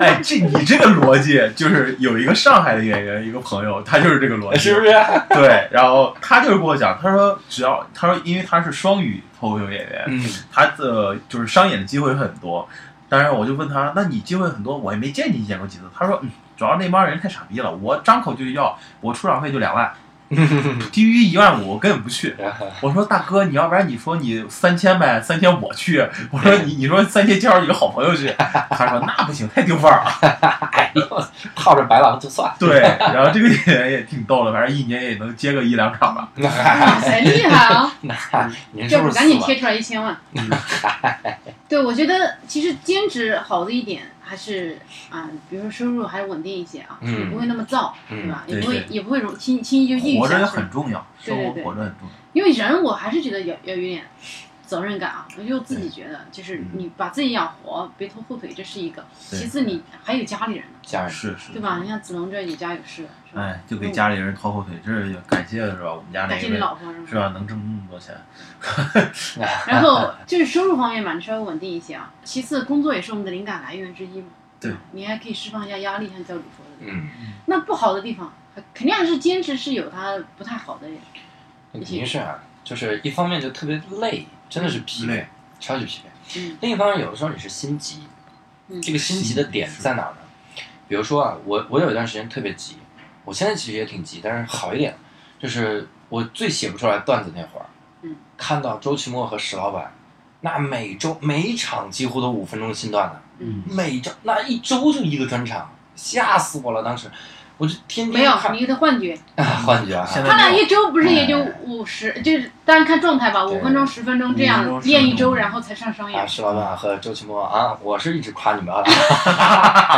C: 哎，这你这个逻辑就是有一个上海的演员，一个朋友，他就是这个逻辑，
B: 哎是不是？
C: 对，然后他就是跟我讲，他说只要他说，因为他是双语脱口秀演员，
B: 嗯，
C: 他的就是商演的机会很多。当然，我就问他，那你机会很多，我也没见你演过几次。他说，嗯，主要那帮人太傻逼了，我张口就要，我出场费就 两万，低于一万五我根本不去。我说大哥，你要不然你说你三千呗，三千我去。我说你你说三千介绍几个好朋 友去，他说那不行，太丢范儿了。
B: 哎呦，套着白狼就算，
C: 对，然后这个演员也挺逗的，反正一年也能接个一两场吧。
B: 那
A: 哇塞，厉害啊！
B: 那 您是
A: 要
B: 不
A: 不
B: 是
A: 赶紧
B: 四万
A: 贴出来一千万。对，我觉得其实兼职好的一点还是啊、比如说收入还稳定一些啊，
B: 嗯
A: 也不会那么燥，
B: 嗯
A: 对吧？
C: 对
A: 也不会
C: 对
A: 也不会容轻轻易就抑郁
C: 活着
A: 下
C: 也
A: 去
C: 很。重要，
A: 对
C: 生
A: 对
C: 活
A: 对
C: 活着很重要。
A: 因为人，我还是觉得有有一点责任感啊。我就自己觉得，就是你把自己养活，别拖后腿，这是一个。
C: 嗯对
A: 其次，你还有家里人呢，
B: 家人
C: 是是，
A: 对吧？你像子龙这有家有室，是吧？
C: 哎，就给家里人拖后腿，这是感谢是吧？我们家那
A: 感谢
C: 一
A: 你
C: 位
A: 老婆是吧？
C: 是吧，能 挣那么多钱，
A: 然后就是收入方面嘛，你稍微稳定一些啊。其次，工作也是我们的灵感来源之一嘛。
C: 对，
A: 你还可以释放一下压力，像教主说的。
B: 嗯，
A: 那不好的地方，肯定还是坚持是有它不太好的。嗯
B: 肯定是啊，就是一方面就特别累，真的是疲惫
C: 累，
B: 超级疲惫。
A: 嗯
B: 另一方面，有的时候你是心急，
A: 嗯
B: 这个心急的点在哪儿呢？比如说啊，我我有一段时间特别急，我现在其实也挺急，但是好一点，就是我最写不出来段子那会儿，
A: 嗯，
B: 看到周奇墨和史老板，那每周每一场几乎都五分钟新段子，
A: 嗯，
B: 每周那一周就一个专场，吓死我了！当时我就天
A: 没
B: 天
A: 有
B: 看，
A: 你的幻觉。
B: 啊，幻觉啊，
C: 现在
A: 他俩
C: 没有
A: 一周不是也就
B: 哎
A: 五十，就是当然看状态吧，
B: 对
A: 五分钟、十分钟这
C: 嗯五分钟
A: 样
C: 10
A: 练一
C: 分钟
A: 周，然后才上商
B: 啊，
A: 演。
B: 石老板和周奇墨啊，我是一直夸你 们啊，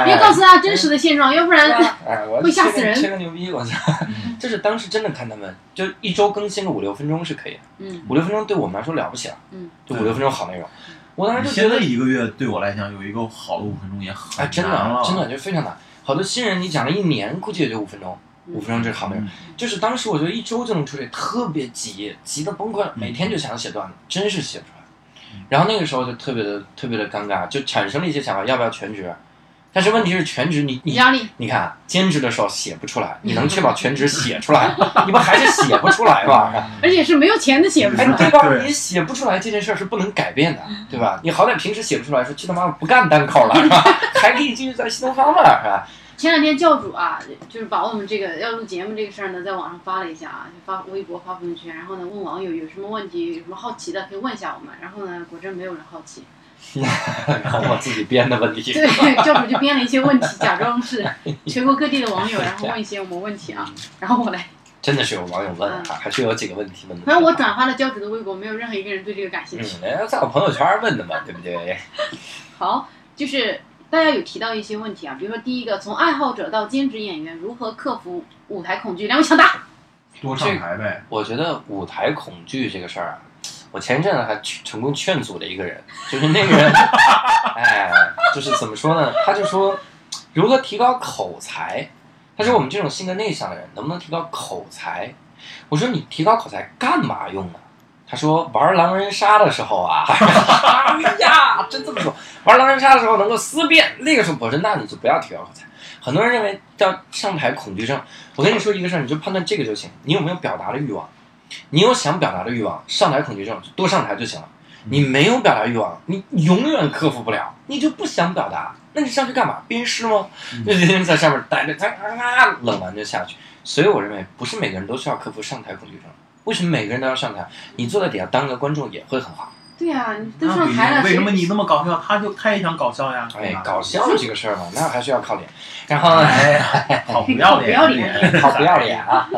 A: 要告诉大家真实的现状，要不 然
B: 哎，我
A: 会吓死人
B: 吹个牛逼，我操！
C: 嗯
B: 就是当时真的看他们，就一周更新个五六分钟是可以的，
A: 嗯
B: 五六分钟对我们来说了不起了，
A: 嗯，
B: 就五六分钟好内容。我当时就觉
C: 现在
B: 得，
C: 一个月对我来讲有一个好的五分钟也
B: 哎，
C: 很
B: 真
C: 难
B: 的
C: 了，
B: 真的就非常难。好多新人你讲了一年，估计也就五分钟，
A: 嗯
B: 五分钟这是好内容
C: 嗯。
B: 就是当时我觉得一周就能出去，特别急，急得崩溃，每天就想写段子，真是写不出来。
C: 嗯
B: 然后那个时候就特别的特别的尴尬，就产生了一些想法，要不要全职？啊但是问题是全职你你
A: 压力
B: 你看，兼职的时候写不出来，
A: 嗯
B: 你能确保全职写 出来？你不还是写不出来 吗？
A: 而
C: 嗯
A: 且是没有钱的写不出
B: 哎，
A: 来。
B: 对吧？
C: 对
B: 你写不出来这件事儿是不能改变的，
A: 嗯
B: 对吧？你好歹平时写不出来，说去他妈我不干单口了，是 吧？还可以继续在新东方嘛，是吧？
A: 前两天教主啊，就是把我们这个要录节目这个事儿呢，在网上发了一下啊，就发微博、发朋友圈，然后呢问网友有什么问题、有什么好奇的可以问一下我们。然后呢，果真没有人好奇，
B: 然后我自己编的问题，
A: 对，教主就编了一些问题，假装是 全国各地的网友，然后问一些我们问题
C: 嗯
A: 啊。然后我来，
B: 真的是有网友问啊，还是有几个问题问的。
A: 反嗯正我转发了教主的微博，没有任何一个人对这个感兴
B: 嗯
A: 趣。，
B: 人家在我朋友圈问的嘛，对不对？
A: 好，就是大家有提到一些问题啊，比如说第一个，从爱好者到兼职演员，如何克服舞台恐惧？两位抢答。
C: 多上台呗，
B: 我觉得舞台恐惧这个事儿啊，我前一阵子还去成功劝阻了一个人，就是那个人， 哎，就是怎么说呢？他就说如何提高口才，他说我们这种性格内向的人能不能提高口才？我说你提高口才干嘛用呢？啊他说玩狼人杀的时候啊， 哎呀，真这么说，玩狼人杀的时候能够思辨，那个时候我说那你就不要提高口才。很多人认为叫上台恐惧症，我跟你说一个事儿，你就判断这个就行，你有没有表达的欲望？你有想表达的欲望，上台恐惧症就多上台就行了。你没有表达欲望，你永远克服不了，你就不想表达，那你上去干嘛？鞭尸吗？那些人在上面待着，他啊冷完就下去。所以我认为，不是每个人都需要克服上台恐惧症。为什么每个人都要上台？你坐在底下当个观众也会很好。
A: 对呀、你都
C: 那不
A: 上
C: 一
A: 台
C: 样
A: 了，
C: 为什么
A: 谁
C: 你那么搞笑，他就他也想搞笑呀？
B: 哎
C: 对吧，
B: 搞笑这个事儿嘛，那还是要靠脸。然后 呢，
C: 哎呀，好不要脸，
A: 好不要脸
B: 靠不要脸啊！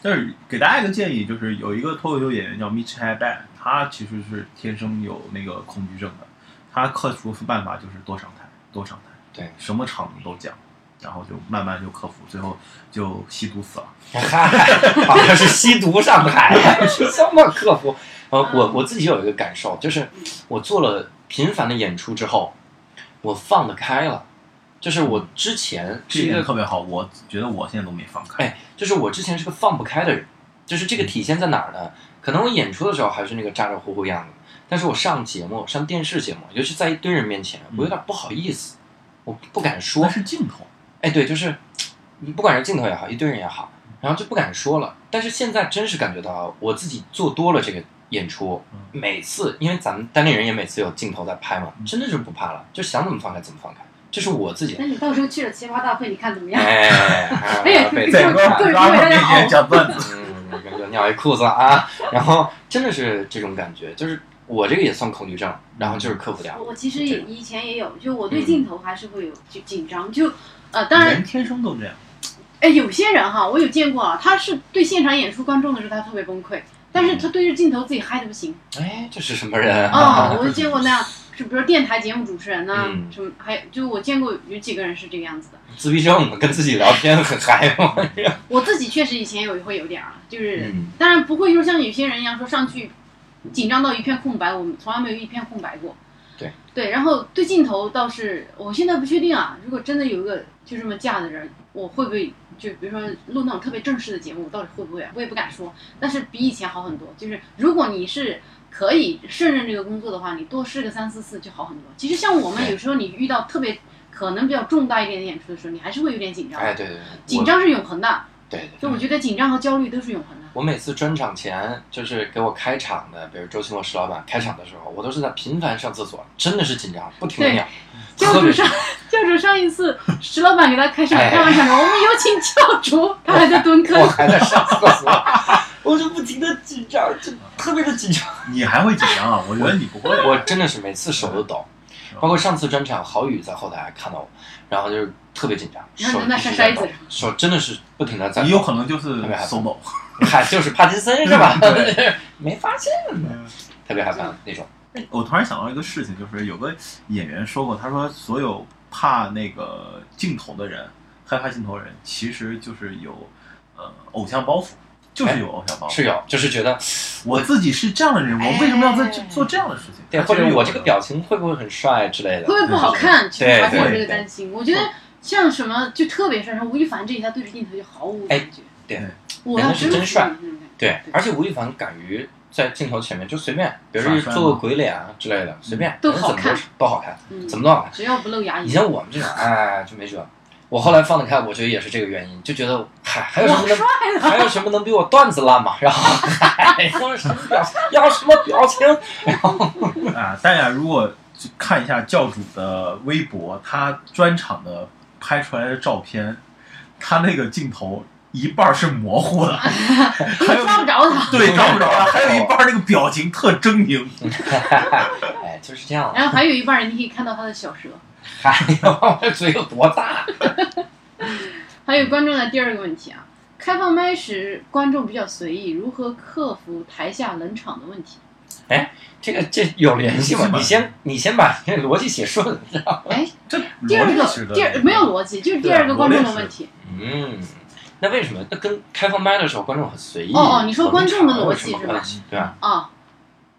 C: 但是给大家一个建议，就是有一个脱口秀演员叫 Mitch h a b a n 他其实是天生有那个恐惧症的，他克服办法就是多上台，多上台，
B: 对，
C: 什么场子都讲，然后就慢慢就克服，最后就吸毒死了。
B: 嗨，好像是吸毒上台， 是这么克服。呃，我我自己有一个感受，就是我做了频繁的演出之后，我放得开了。就是我之前是
C: 这
B: 一
C: 一点
B: 个
C: 特别好，我觉得我现在都没放开。
B: 哎，就是我之前是个放不开的人，就是这个体现在哪儿呢？可能我演出的时候还是那个咋咋呼呼样子，但是我上节目、上电视节目，尤其在一堆人面前，我有点不好意思，我不敢
C: 那
B: 说。
C: 是镜头，
B: 哎，对，就是你不管是镜头也好，一堆人也好，然后就不敢说了。但是现在真是感觉到我自己做多了这个演出，每次因为咱们单立人也每次有镜头在拍嘛，真的是不怕了，就想怎么放开怎么放开，这是我自己的。
A: 那你到时候去了奇葩大会，你看怎么样？
B: 哎，哎
A: 哎哎呀
B: 被
A: 这
B: 被
A: 个
B: 看
A: 对
C: 拉
A: 对
C: 面
A: 对
C: 前讲段子，
B: 嗯，我感觉尿一裤子啊，然后真的是这种感觉，就是我这个也算恐惧症，然后就是克服
C: 嗯
B: 掉。
A: 我其实
B: 对
A: 也以前也有，就我对镜头还是会有紧紧张，就呃，当然
C: 嗯人天生都这样。
A: 哎，有些人哈，我有见过啊，他是对现场演出观众的时候，他特别崩溃，但
C: 嗯
A: 是他对着镜头自己嗨的不行
B: 哎，这是什么 人
A: 啊、我就见过那样，就比如电台节目主持人呐、
B: 嗯
A: 什么还有就我见过有几个人是这个样子的。
B: 自闭症，跟自己聊天很嗨吗？
A: 我自己确实以前有会有点儿啊，就是、
B: 嗯
A: 当然不会说像有些人一样说上去紧张到一片空白，我们从来没有一片空白过。
B: 对
A: 对，然后对镜头倒是，我现在不确定啊。如果真的有一个就这么架的人，我会不会就比如说录那种特别正式的节目，我到底会不会啊？我也不敢说，但是比以前好很多。就是如果你是可以胜任这个工作的话，你多试个三四次就好很多。其实像我们
B: 对
A: 有时候你遇到特别可能比较重大一点的演出的时候，你还是会有点紧张的。
B: 哎，对对对，
A: 紧张是永恒的，
B: 我，对对
A: 就我
B: 对。
A: 觉得紧张和焦虑都是永恒的。
B: 我每次专场前，就是给我开场的，比如周奇墨石老板开场的时候，我都是在频繁上厕所，真的是紧张，不停的
A: 对
B: 尿，
A: 教
B: 特
A: 主
B: 别是
A: 上，教主上一次石老板给他开场，
B: 哎
A: 开完场说我们有请教主，他还在蹲
B: 我
A: 坑。
B: 还在上厕所，我就不停的紧张，就特别的紧张。
C: 你还会紧张啊？我觉得你 不会。
B: 我真的是每次手都抖，包括上次专场，郝宇在后台看到我，然后就是特别紧张，
A: 然
B: 手
A: 后在那
B: 一直
A: 扇
B: 在
A: 筛
B: 抖
A: 子上
B: 手真的是不停的在抖，
C: 你有可能就是
B: 特别害怕
C: solo，
B: 嗨，就是帕金森是 吧？
C: 对
B: 没发现，特别害怕那种。
C: 我突然想到一个事情，就是有个演员说过，他说所有怕那个镜头的人，害怕镜头的人，其实就是有呃偶像包袱，就是有偶像包袱。
B: 哎是有，就是觉得，
C: 我自己是这样的人，我为什么要在
B: 哎
C: 做这样的事情？
B: 对，
C: 他其
B: 或
C: 实
B: 者
C: 有
B: 我这个表情会不会很帅之类的
A: 会不？会不好看？其
B: 对
A: 实还是有
C: 对
A: 这个担心。我觉得像什么就特别帅，像吴亦凡这一下对着镜头就毫无感觉。
B: 哎对
C: 对，
A: 我要
B: 人家是真帅
A: 服你那种感觉。
B: 对，而且吴亦凡敢于在镜头前面就随便，比如
C: 耍
B: 说
C: 帅
B: 做个
C: 吗
B: 鬼脸啊之类的，随便，
A: 都
B: 人
A: 好
B: 怎么
A: 看
B: 都都好看，
A: 嗯
B: 怎么都好看。
A: 只要不露牙
B: 以
A: 龈，
B: 前我们这种，哎，就没辙。我后来放得开，我觉得也是这个原因，就觉得，嗨，还有什么能，还有什么能比我段子烂嘛？然后， 嗨，要什么表，要什么表情？
C: 啊，大家如果去看一下教主的微博，他专场的拍出来的照片，他那个镜头一半儿是模 糊的，还有
A: 抓不着他。
C: 对找不着了，还有一半儿那个表情特狰狞。
B: 哎，就是这样的。
A: 然后还有一半人，你可以看到他的小舌。
B: 嗨， 我嘴有多大？啊
A: 还有观众的第二个问题啊，开放麦时观众比较随意，如何克服台下冷场的问题？
B: 这个这有联系吗
C: 是？吗
B: 你先你先把这个逻辑写顺。
A: 哎，
C: 这
A: 第二
C: 逻辑式
A: 个
C: 的
A: 第二没有逻辑，就是第二个观众的问题。
B: 嗯，那为什么？那跟开放麦的时候观众很随意。
A: 哦哦你说观众的
B: 有
A: 逻
B: 什
A: 辑
B: 么
A: 是吧
B: 关系？对吧？
A: 哦啊。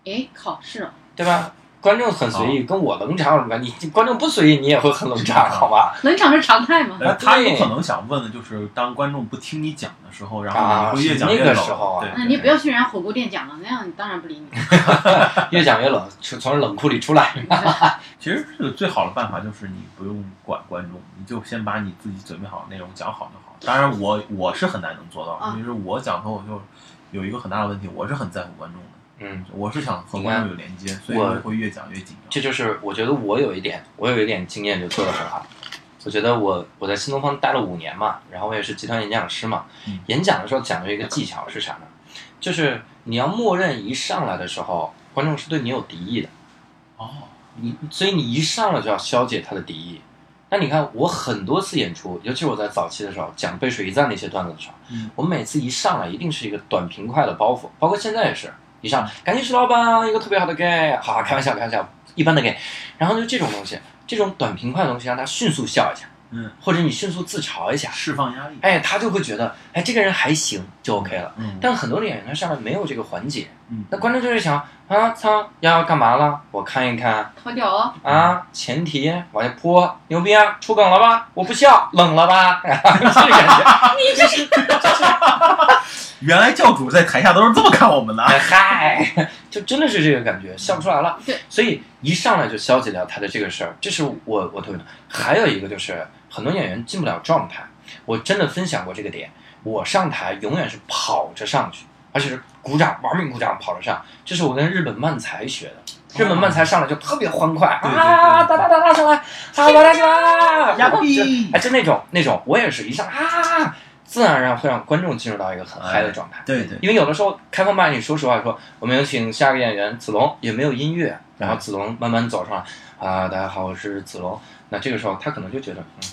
A: 哎，考试了，
B: 对吧？观众很随意，跟我冷场有什么关系？你观众不随意，你也会很冷场，好吧？
A: 冷场是常态嘛？
C: 呃
B: 啊
C: 他有
B: 对
C: 可能想问的就是，当观众不听你讲的时候，然
B: 啊
C: 后你会越讲
B: 是
C: 越
B: 那
C: 冷。
B: 个时候啊
C: 对，
A: 那你不要去人家火锅店讲了，那样你当然不 理你。
B: 越讲越冷，从从冷库里出来。
C: 其实是最好的办法就是你不用管观众，你就先把你自己准备好的内容讲好就好。当然我，我是很难能做到，
A: 啊
C: 因为是我讲脱口秀有一个很大的问题，我是很在乎观众的，
B: 嗯，
C: 我是想和
B: 你
C: 观
B: 看
C: 众有连接，所以
B: 我
C: 会越讲越紧张。
B: 这就是我觉得我有一点，我有一点经验就做得很好。我觉得我我在新东方待了五年嘛，然后我也是集团演讲师嘛。
C: 嗯
B: 演讲的时候讲究一个技巧是啥呢？就是你要默认一上来的时候，观众是对你有敌意的。
C: 哦，
B: 你所以你一上来就要消解他的敌意。那你看我很多次演出，尤其我在早期的时候讲背水一战那些段子的时候，
C: 嗯
B: 我每次一上来一定是一个短平快的包袱，包括现在也是，一
C: 嗯
B: 上来感谢石老板一个特别好的 gay，好开玩笑开玩笑，一般的 gay，然后就这种东西，这种短平快的东西让他迅速笑一下，
C: 嗯，
B: 或者你迅速自嘲一下，
C: 释放压力。
B: 哎，他就会觉得哎这个人还行就 OK 了。
C: 嗯，
B: 但很多的演员他上来没有这个环节，
C: 嗯
B: 那观众就会想啊操要干嘛了？我看一看。
A: 好屌哦！
B: 啊，前提往下泼，牛逼啊，出梗了吧？我不笑，冷了吧？ 这感 觉，
C: 原来教主在台下都是这么看我们的。啊
B: 哎嗨，就真的是这个感觉，笑不出来了。
A: 对，
B: 所以一上来就消解掉他的这个事儿，这是我我特别还有一个就是很多演员进不了状态，我真的分享过这个点，我上台永远是跑着上去，而且是鼓掌，玩命鼓掌跑着上，这是我跟日本漫才学的。日本漫才上来就特别欢快
C: 对对对
B: 啊，哒哒哒哒上来，啊哒哒哒，
C: 呀
B: 然后
C: 逼
B: 就哎，就那种那种，我也是一上啊，自然而然会让观众进入到一个很
C: 哎
B: 嗨的状态。
C: 对对，
B: 因为有的时候开放麦，你说实话说，我们有请下个演员子龙，也没有音乐，然
C: 嗯
B: 后子龙慢慢走上来，啊、大家好，我是子龙。那这个时候他可能就觉得，嗯，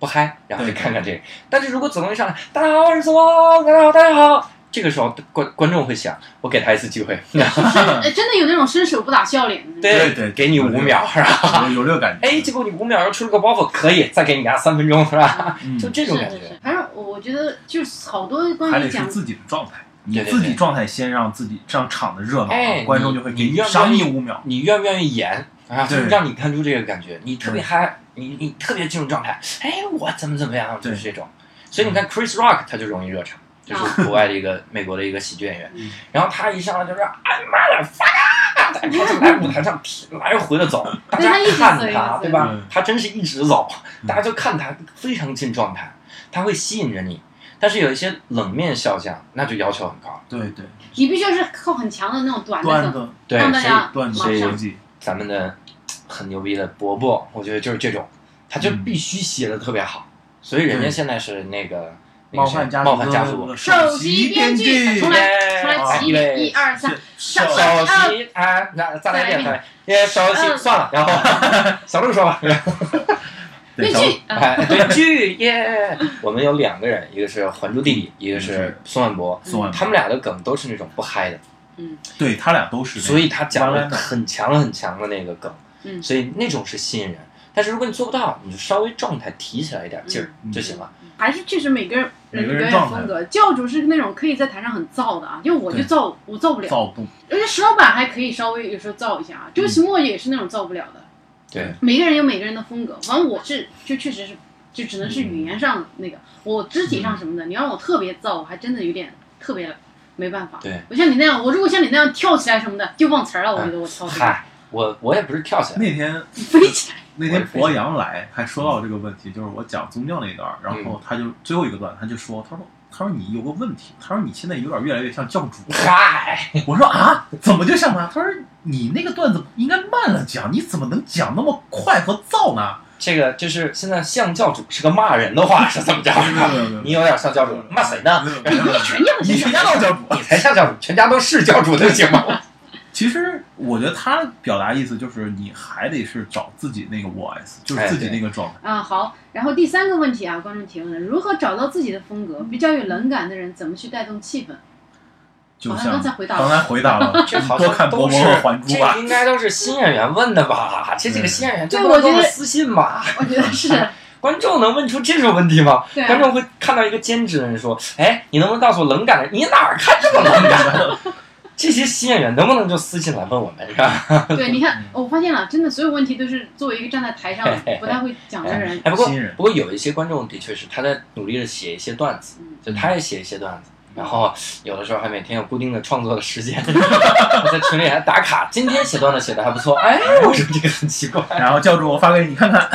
B: 不嗨，然后就
C: 对
B: 看看这个。但是如果子龙一上来，大家好，我是子龙，大家好，大家好，这个时候观观众会想，我给他一次机会，然后
A: 哎，真的有那种伸手不打笑脸的。
B: 对
C: 对
B: 给你
C: 有
B: 五
C: 这个
B: 秒，是吧？
C: 有有这个感觉。
B: 哎，结果你五秒又出了个包袱，可以再给你压三分钟，是吧？
C: 嗯
B: 就这
A: 是
B: 种感觉。
A: 是是，反正我我觉得就是好多
C: 还
A: 关于
C: 得是
A: 嗯讲
C: 自己的状态，你
B: 对对
C: 自己
B: 对
C: 状态先让自己让场子热闹啊
B: 哎，
C: 观众
B: 你
C: 就会
B: 你
C: 给你
B: 愿不
C: 赏
B: 愿
C: 你
B: 意
C: 五秒。
B: 你愿不愿意演啊？就
C: 对
B: 是让你看出这个感觉，你特别嗨，你你特别进入状态，哎，我怎么怎么样，就是这
C: 对
B: 种。所以你看 Chris Rock 他就容易热场，
A: 啊
B: 就是国外的一个美国的一个喜剧演员
A: 嗯，
B: 然后他一上来就是哎妈的 fuck 啊，他就来舞台上来回的走，大
A: 对
B: 家
A: 他一直
B: 看
A: 走一直
B: 他，
A: 走
B: 对吧
C: 嗯？
B: 他真是一直走，
C: 嗯
B: 大家就看他非常进状态，他会吸引着你。但是有一些冷面笑匠，那就要求很高。
C: 对对，
A: 你必须要是靠很强的那种短的
C: 段
A: 梗，
C: 子
B: 对，
A: 让
B: 所
A: 大
B: 以
A: 家
C: 段子
B: 所以
C: 逻辑，
B: 咱们的很牛逼的伯伯，我觉得就是这种，他就必须写的特别好，所以人家
C: 嗯对
B: 现在是那个那
C: 冒
B: 个谁
C: 犯家族，
B: 冒犯家族，
A: 首席编剧从来从来起啊
B: 一位
A: 一二三，
C: 首
A: 首
B: 首席啊，那再来一遍，再来一遍，首席
A: 嗯
B: 算了，然后 小鹿说吧，
A: 编
C: 小
A: 剧啊，
B: 哎，对剧耶，我们有两个人，一个是《还珠弟弟》，一个是宋万博，
C: 宋嗯万博
B: 他们俩的梗都是那种不嗨的，
C: 对他俩都是那个，
B: 所以他讲
C: 弯
B: 了
C: 弯的
B: 很强很强的那个梗，
A: 嗯
B: 所以那种是吸引人。但是如果你做不到，你就稍微状态提起来一点劲儿
C: 嗯
B: 就行了。
A: 还是确实每个人
C: 每个
A: 表
C: 人
A: 演
C: 状态
A: 风格。教主是那种可以在台上很燥的啊，因为我就
C: 对
A: 燥，我燥不了。
C: 造不
A: 而且石老板还可以稍微有时候燥一下啊，周奇墨也是那种燥不了的。
B: 对，
A: 每个人有每个人的风格，反正我是就确实是，就只能是语言上那个，我肢体上什么的，你让我特别燥，我还真的有点特别没办
C: 嗯
A: 法。
B: 对，
A: 我像你那样，我如果像你那样跳起来什么的，就忘词儿了。我觉得我操，
B: 嗨，我我也不是跳起来，
C: 那天
A: 你飞起来，
C: 那天博洋来还说到这个问题，就是我讲宗教那一段儿，
B: 嗯
C: 然后他就最后一个段，他就说，他说。他说你有个问题，他说你现在有点越来越像教主。
B: 嗨，
C: 我说啊，怎么就像他？他说你那个段子应该慢了讲，你怎么能讲那么快和燥呢？
B: 这个就是现在像教主是个骂人的话是怎么 着？你有点像教主，骂谁呢？
A: 全样
C: 你全家都教主。
B: 你才像教主，全家都是教主就行
A: 嗯
B: 吗？
C: 其实我觉得他表达意思就是，你还得是找自己那个 voice，就是
B: 哎
C: 自己那个状态。
A: 啊，好。然后第三个问题啊，观众提问了：如何找到自己的风格？比较有冷感的人怎么去带动气氛？
C: 就
A: 好像
C: 像
A: 刚才回答
C: 刚才回答了，
B: 这好
C: 多
B: 像
C: 看
B: 都
C: 博
B: 是
C: 博和还珠吧
B: 这。应该都是新演员问的吧？这几个
C: 嗯
B: 新演员
A: 对
B: 这都
A: 我觉
B: 问
A: 得
B: 私信吧？
A: 我 觉得 是，
B: 观众能问出这种问题吗？
A: 对啊
B: 观众会看到一个兼职的人说：“哎，你能不能告诉我冷感的？你哪儿看这么冷感？这些新演员能不能就私信来问我们，是吧？
A: 对，你看，我发现了，真的所有问题都是作为一个站在台上不太会讲的人，
B: 哎，不过
C: 新人
B: 不过有一些观众的确是他在努力的写一些段子，
A: 嗯
B: 就他也写一些段子，然后有的时候还每天有固定的创作的时间， 我在群里还打卡，今天写段子写的还不错，哎，我说这个很奇怪，
C: 然后教主，我发给你看看。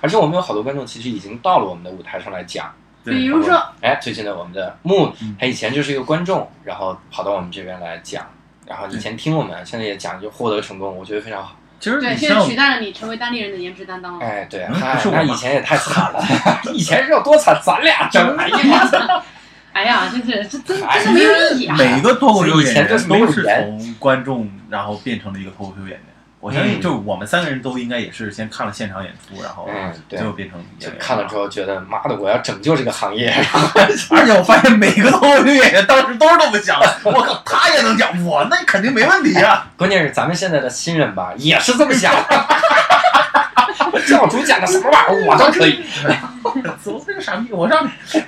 B: 而且我们有好多观众其实已经到了我们的舞台上来讲，
C: 对
A: 比如说，
B: 哎，最近的我们的木
C: 嗯，
B: 他以前就是一个观众，然后跑到我们这边来讲，然后以前听我们，现在也讲就获得成功，我觉得非常好。
C: 其实
A: 对，
C: 你
A: 现在
C: 像
A: 取代了你成为当地人的颜值担当了。
B: 哎，对，
C: 嗯
B: 他
C: 不是我
B: 他
C: 吧
B: 以前也太惨 了，以前是有多惨，咱俩整，哎呀妈，
A: 哎呀，真是这真
B: 哎
A: 真的没有意义啊！
C: 每个脱口秀
B: 以
C: 演
B: 前就
C: 员
B: 是没有
C: 都是
B: 人
C: 从观众，然后变成了一个脱口秀演员。我相信，
B: 嗯
C: 就是我们三个人都应该也是先看了现场演出，然后
B: 嗯对
C: 最后变成演
B: 就
C: 员。
B: 看了之后觉得妈的，我要拯救这个行业，
C: 而且我发现每个脱口秀演员当时都是这么 想的。我靠，他也能讲，我那肯定没问题啊！
B: 关键是咱们现在的新人吧，也是这么想。 教主讲的什么玩意儿，我都可 以。
C: 走，这个傻逼，我上去。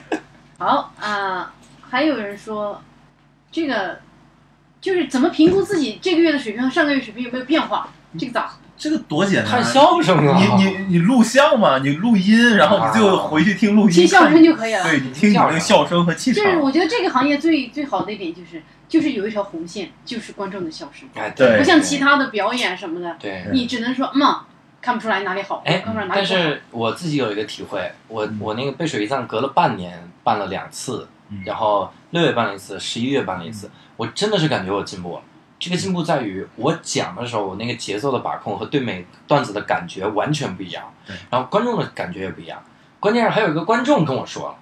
A: 好啊、还有人说，这个就是怎么评估自己这个月的水平和上个月水平有没有变化？
C: 嗯
A: 这个咋？
C: 这个多简单
B: 看
C: 啊！
B: 相声啊，
C: 你你你录像嘛，你录音，然后你最后回去听录音，
A: 听笑声就可以了。
C: 对你听你那个笑声和气
A: 就是
C: 场。
A: 我觉得这个行业最最好的一点就是，就是有一条红线，就是观众的笑声，
B: 哎，
C: 对
A: 不像其他的表演什么的，
B: 对。
A: 你只能说嗯，看不出来哪里好，
B: 哎
A: 看不出来哪
B: 但
A: 里不好。
B: 是我自己有一个体会，我
C: 嗯
B: 我那个背水一战隔了半年办了两次，
C: 嗯
B: 然后六月办了一次，十一月办了一次，我真的是感觉我进步了。这个进步在
C: 嗯
B: 于我讲的时候，我那个节奏的把控和对每段子的感觉完全不一样
C: 对，
B: 然后观众的感觉也不一样。关键是还有一个观众跟我说了，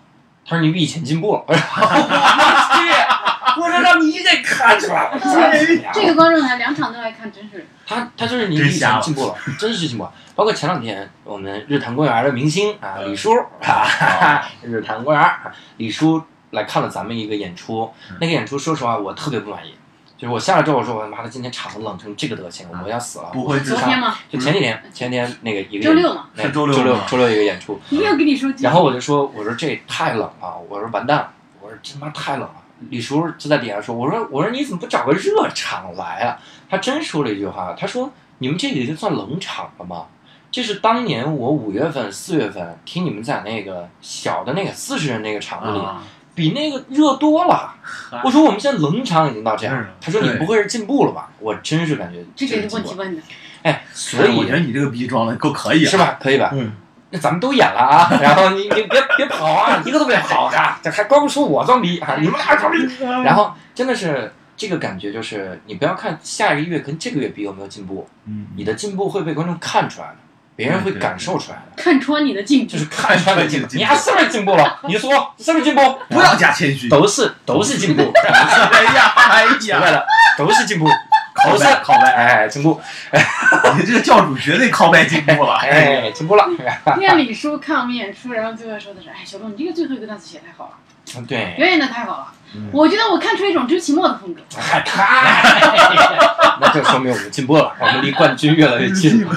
B: 他说你比以前进步了，我 说 我去，我说让你给看出来，我说呀
A: 这个观众还两场都来看，真是
B: 他他就是你
C: 真
B: 以前
C: 瞎了
B: 进 步了，真是进步了。包括前两天我们日坛公园的明星啊，
C: 嗯
B: 李叔啊，哈哈日坛公园啊李叔来看了咱们一个演出
C: 嗯，
B: 那个演出说实话我特别不满意，就是我下来之后我说我妈的今天场子冷成这个德行，我要死了。
C: 嗯不会
A: 昨天吗？
B: 就前几天前几天那个一个
A: 周六嘛
B: 那
C: 是周六
B: 周六
C: 吗
B: 周六一个演出，
A: 一定要跟你说。
B: 然后我就说，我说这太冷了，我说完蛋了，我说这他妈太冷了。李叔就在底下说，我说我说你怎么不找个热场来啊？他真说了一句话，他说你们这已经算冷场了吗？这是当年我五月份、四月份听你们在那个小的那个四十人那个场子里，
C: 啊，
B: 比那个热多了。嗯我说我们现在冷场已经到这样
C: 是
B: 了，他说你
C: 对
B: 不会是进步了吧？我真是感觉
A: 这
B: 是
A: 个
B: 进
A: 问
B: 步
A: 题
B: 了，
A: 问的，
B: 哎，所
C: 我觉得
B: 以
C: 你这个逼装的够可以了，
B: 是？吧？可以吧？
C: 嗯，
B: 那咱们都演了啊， 然后你你别别跑啊，一个都别跑啊， 这还光说我装逼啊，你们俩装逼。然后真的是这个感觉，就是你不要看下一个月跟这个月比有没有进步，
C: 嗯，
B: 你的进步会被观众看出来的，别人会感受出来的，
A: 看穿你的进步
B: 就。是看出来的进步。你丫是不是进步了？你说是不是进步？
C: 不要加谦虚。
B: 都是都是进 步，
C: 哎呀，哎
B: 明白
C: 呀，
B: 了，都是进 步，
C: 靠
B: 都是
C: 背靠背，
B: 哎进步，
C: 你这个教主绝对靠背进步了。
B: 哎进步了。
A: 念李叔看我们演出，然后最后说的是：“哎，小龙，你这个最后一个段子写得太好了，
B: 对，
A: 表演的太好了。
C: 嗯
A: 我觉得我看出一种周奇墨的风格。
B: 嗨他，那就说明我们进步了，我们离冠军越来越近。了。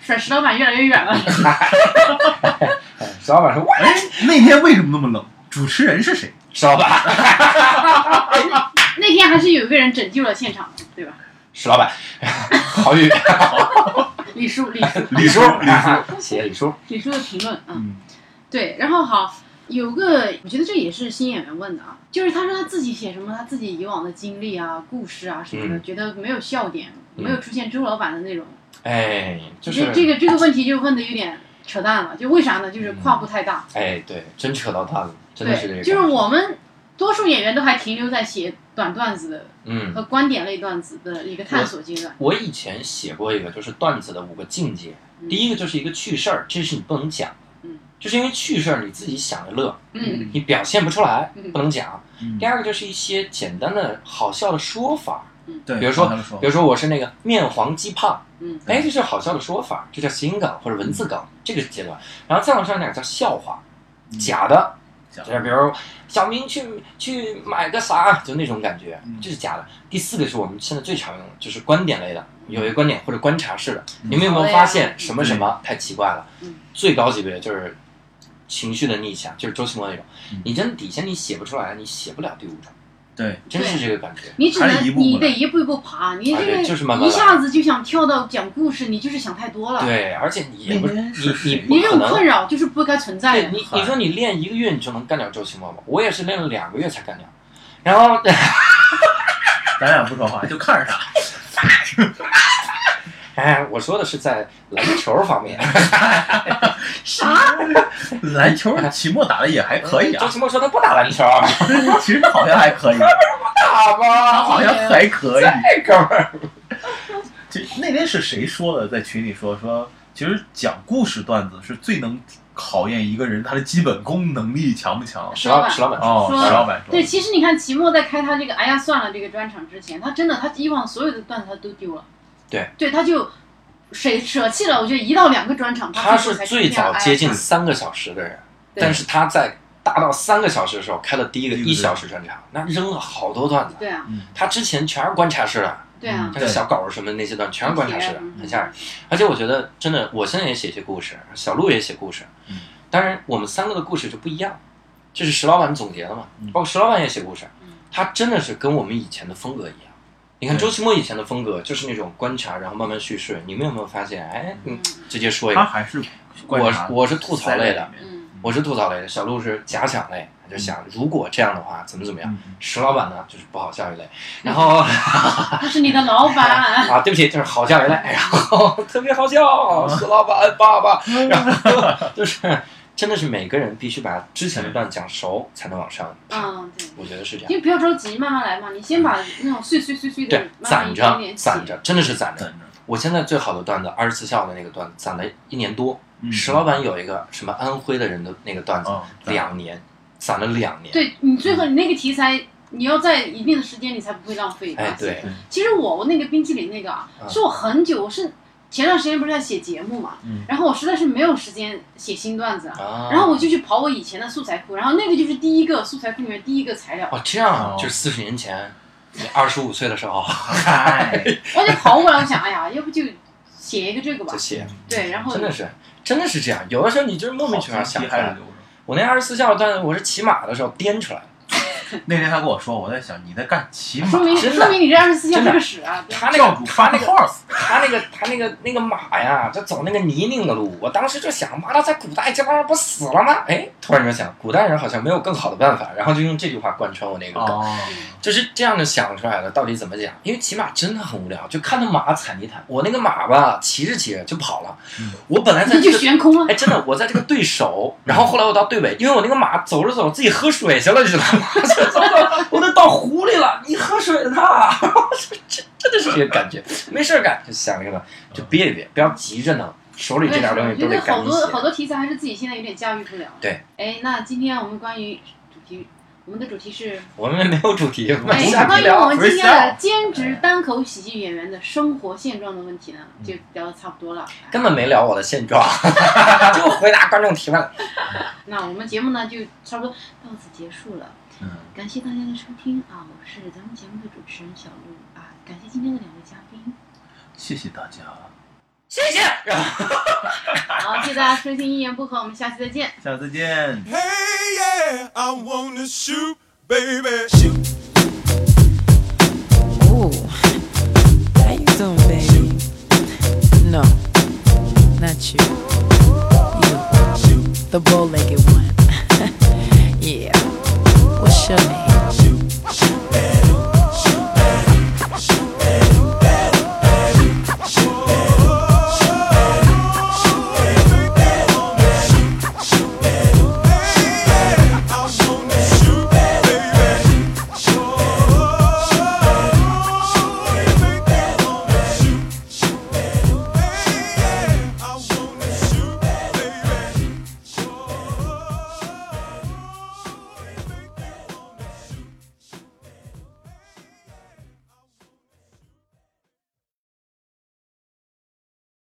A: 甩石老板越来越远了。
B: 石老板说：“哇，
C: 哎，那天为什么那么冷？主持人是谁？
B: 石老板，
A: 那天还是有一个人拯救了现场，对吧？
B: 石老板，郝宇，
A: 李叔，李叔，
B: 李叔，
C: 李叔，
B: 叔，谢谢李叔。
A: 李叔的评论啊，
C: 嗯，
A: 对。然后好，有个我觉得这也是新演员问的啊，就是他说他自己写什么他自己以往的经历啊、故事啊什么的，
B: 嗯
A: 觉得没有笑点，
B: 嗯
A: 没有出现周老板的那种。
B: 哎，就是
A: 这这个这个问题就问的有点扯淡了，就为啥呢？就是跨步太大。
B: 哎，对，真扯到他了，真的是这
A: 对，
B: 个。
A: 就是，我们多数演员都还停留在写短段子的
B: 嗯，
A: 和观点类段子的一个探索阶段。
B: 我以前写过一个，就是段子的五个境界。
A: 嗯
B: 第一个就是一个趣事儿，这是你不能讲的，
A: 嗯
B: 就是因为趣事儿你自己想着乐，
A: 嗯，
B: 你表现不出来，
A: 嗯
B: 不能讲。
C: 嗯
B: 第二个就是一些简单的好笑的说法，
C: 对，
B: 比如说
C: 刚才说
B: 比如说我是那个面黄肌胖，
A: 嗯
B: 哎，这是好笑的说法，这叫新梗或者文字梗，这个阶段，然后再往上点叫笑话，
C: 嗯
B: 假的，
C: 讲
B: 就是比如小明去去买个啥，就那种感觉
C: 嗯，
B: 这是假的。第四个是我们现在最常用的，就是观点类的，有一个观点或者观察式的，
C: 嗯
B: 你们有没有发现什么
C: 对
B: 什么太奇怪了
A: 嗯？
B: 最高级别的就是情绪的逆向，就是周奇墨那种
C: 嗯，
B: 你真的底下你写不出来，你写不了第五种。
C: 对，
B: 真是这个感觉。
A: 你只
C: 还
A: 能
C: 是一步步
A: 你
C: 来
A: 得一步一步爬，你
B: 啊
A: 这
B: 对
A: 个
B: 就是慢慢
A: 一
B: 来
A: 下子就想跳到讲故事，你就是想太多了。
B: 对，而且你也不
C: 那
B: 你
C: 边是
B: 你
C: 谁
B: 不
A: 你这
B: 可
A: 种
B: 能
A: 困扰就是不该存在
B: 对
A: 的。
B: 你，你说你练一个月你就能干掉周奇墨吗？我也是练了两个月才干掉，然后
C: 咱俩不说话就看着他。
B: 哎，我说的是在篮球方面，
A: 啥？
C: 篮球期末打的也还 可以
B: 周
C: 啊，
B: 奇墨说他不打篮球，啊
C: 其实好像还可以，
B: 打
C: 他
B: 吧，
C: 好像还可以。
B: 这哥们儿，
C: 就那天是谁说的？在群里说说，其实讲故事段子是最能考验一个人他的基本功能力强不强。
B: 石老石老板，
C: 哦，
A: 说
C: 石老板说
A: 对，，其实你看，齐墨在开他这个“哎呀算了”这个专场之前，他真的他以往所有的段子他都丢了。
B: 对，
A: 对，他就舍舍弃了，我觉得一到两个专场，
B: 他
A: 最
B: 是
A: 后才
B: 最
A: 定下
B: 早
A: 来
B: 接近三个小时的人，
A: 对
B: 但是他在大到三个小时的时候开了第一个
C: 对
B: 一小时专场，那扔了好多段子。
A: 对啊，
C: 嗯
B: 他之前全是观察式的，
A: 对啊，
B: 像是小狗什么那些段全是观察式的
A: 嗯，
B: 很吓人。而且我觉得真的，我现在也写一些故事，小鹿也写故事
C: 嗯，
B: 当然我们三个的故事就不一样。这是石老板总结的嘛
C: 嗯，
B: 包括石老板也写故事
A: 嗯，
B: 他真的是跟我们以前的风格一样。你看
C: 对
B: 周奇墨以前的风格就是那种观察，然后慢慢叙事。你们有没有发现？哎，你
A: 嗯
B: 直接说一
C: 他
B: 个，
C: 还是
B: 我是我是吐槽类的，
A: 嗯，
B: 我是吐槽类的，小鹿是假想类，他就
C: 嗯
B: 想如果这样的话怎么怎么样。
A: 嗯
B: 石老板呢就是不好笑一类，然后。
A: 他是你的老 板，
B: 啊，对不起，就是好笑一类，然后 特别好
C: 嗯
B: 笑，石老板爸爸，然后就是真的是每个人必须把之前的段讲熟，才能往上爬。
A: 嗯，对。
B: 我觉得是这样，
A: 因为不要着急，慢慢来嘛。你先把那种碎碎碎碎的
B: 对，
A: 慢慢
B: 攒
A: 一点
B: 着
A: 点，
B: 攒着，真的是攒着。
C: 等着
B: 我现在最好的段子，二十四孝的那个段子，攒了一年多。
C: 嗯
B: 石老板有一个什么安徽的人的那个段子，
C: 啊，攒
B: 两年，攒了两年。
A: 对你最
B: 嗯
A: 后你那个题材，你要在一定的时间，你才不会浪费。啊
B: 哎，对，
A: 其实我我那个冰淇淋那个啊，
B: 嗯
A: 是我很久，我是前段时间不是在写节目嘛，
C: 嗯
A: 然后我实在是没有时间写新段子了，
B: 啊，
A: 然后我就去刨我以前的素材库，然后那个就是第一个素材库里面第一个材料，
B: 哦，这样啊
C: 哦，
B: 就是四十年前，你二十五岁的时候
C: 嗨，
A: 我就刨过来，我想，哎呀，要不就写一个这个吧
B: 就，写，
A: 对，然后
B: 真的是，真的是这样。有的时候你就是莫名其妙想出
C: 还
B: 来
C: 是。留着。
B: 我那二十四孝段，我是骑马的时候颠出来的。
C: 那天他跟我说，我在想你在干骑马
A: 说明
B: 真的
A: 说明你这二十四孝
B: 真的
A: 是个屎啊，对
B: 他那
C: 教
B: 个
C: 主
B: 他
C: 发
B: 那
C: 那
B: 个
C: 个 horse，
B: 他那个他那个那个马呀，就走那个泥泞的路。我当时就想，妈的，在古代这帮人不死了吗？哎，突然就想，古代人好像没有更好的办法，然后就用这句话贯穿我那个梗，
C: 哦，
B: 就是这样的想出来的。到底怎么讲？因为骑马真的很无聊，就看着马踩泥潭。我那个马吧，骑着骑着就跑了
C: 嗯。
B: 我本来在
A: 你就
B: 这个
A: 悬空了。
B: 哎，真的，我在这个对手，然后后来我到对尾，因为我那个马走着走着自己喝水去了，你知道吗？ 走走走我都到湖里了，你喝水呢？ 这真的是这个感觉，没事儿干就想这个，就憋一憋，不要急着呢，手里这点东西
A: 觉
B: 都得
A: 得
B: 赶
A: 好
B: 紧
A: 多
B: 写
A: 好。多题材还是自己现在有点驾驭不了。
B: 对，
A: 哎，那今天我们关于主题，我们的主题是
B: 我们没有主题，我们
A: 哎，
B: 瞎
A: 关于
B: 聊
A: 我。们今天的兼职单口喜剧演员的生活现状的问题呢，就聊的差不多了。
B: 根本没聊我的现状， 就回答观众提问。
A: 那我们节目呢就差不多到此结束了，
C: 嗯，
A: 感谢大家的收听啊！我是咱们节目的主持人小鹿啊，感谢今天的两位嘉宾，
C: 谢谢大家，
B: 谢谢。
A: 好，谢谢大家收听一言不合，我们下期再见。
C: 下次见。
E: Hey, yeah, I wanna shoot, baby. Shoot,
F: Ooh. How you doing, baby? No, not you. You. The bowling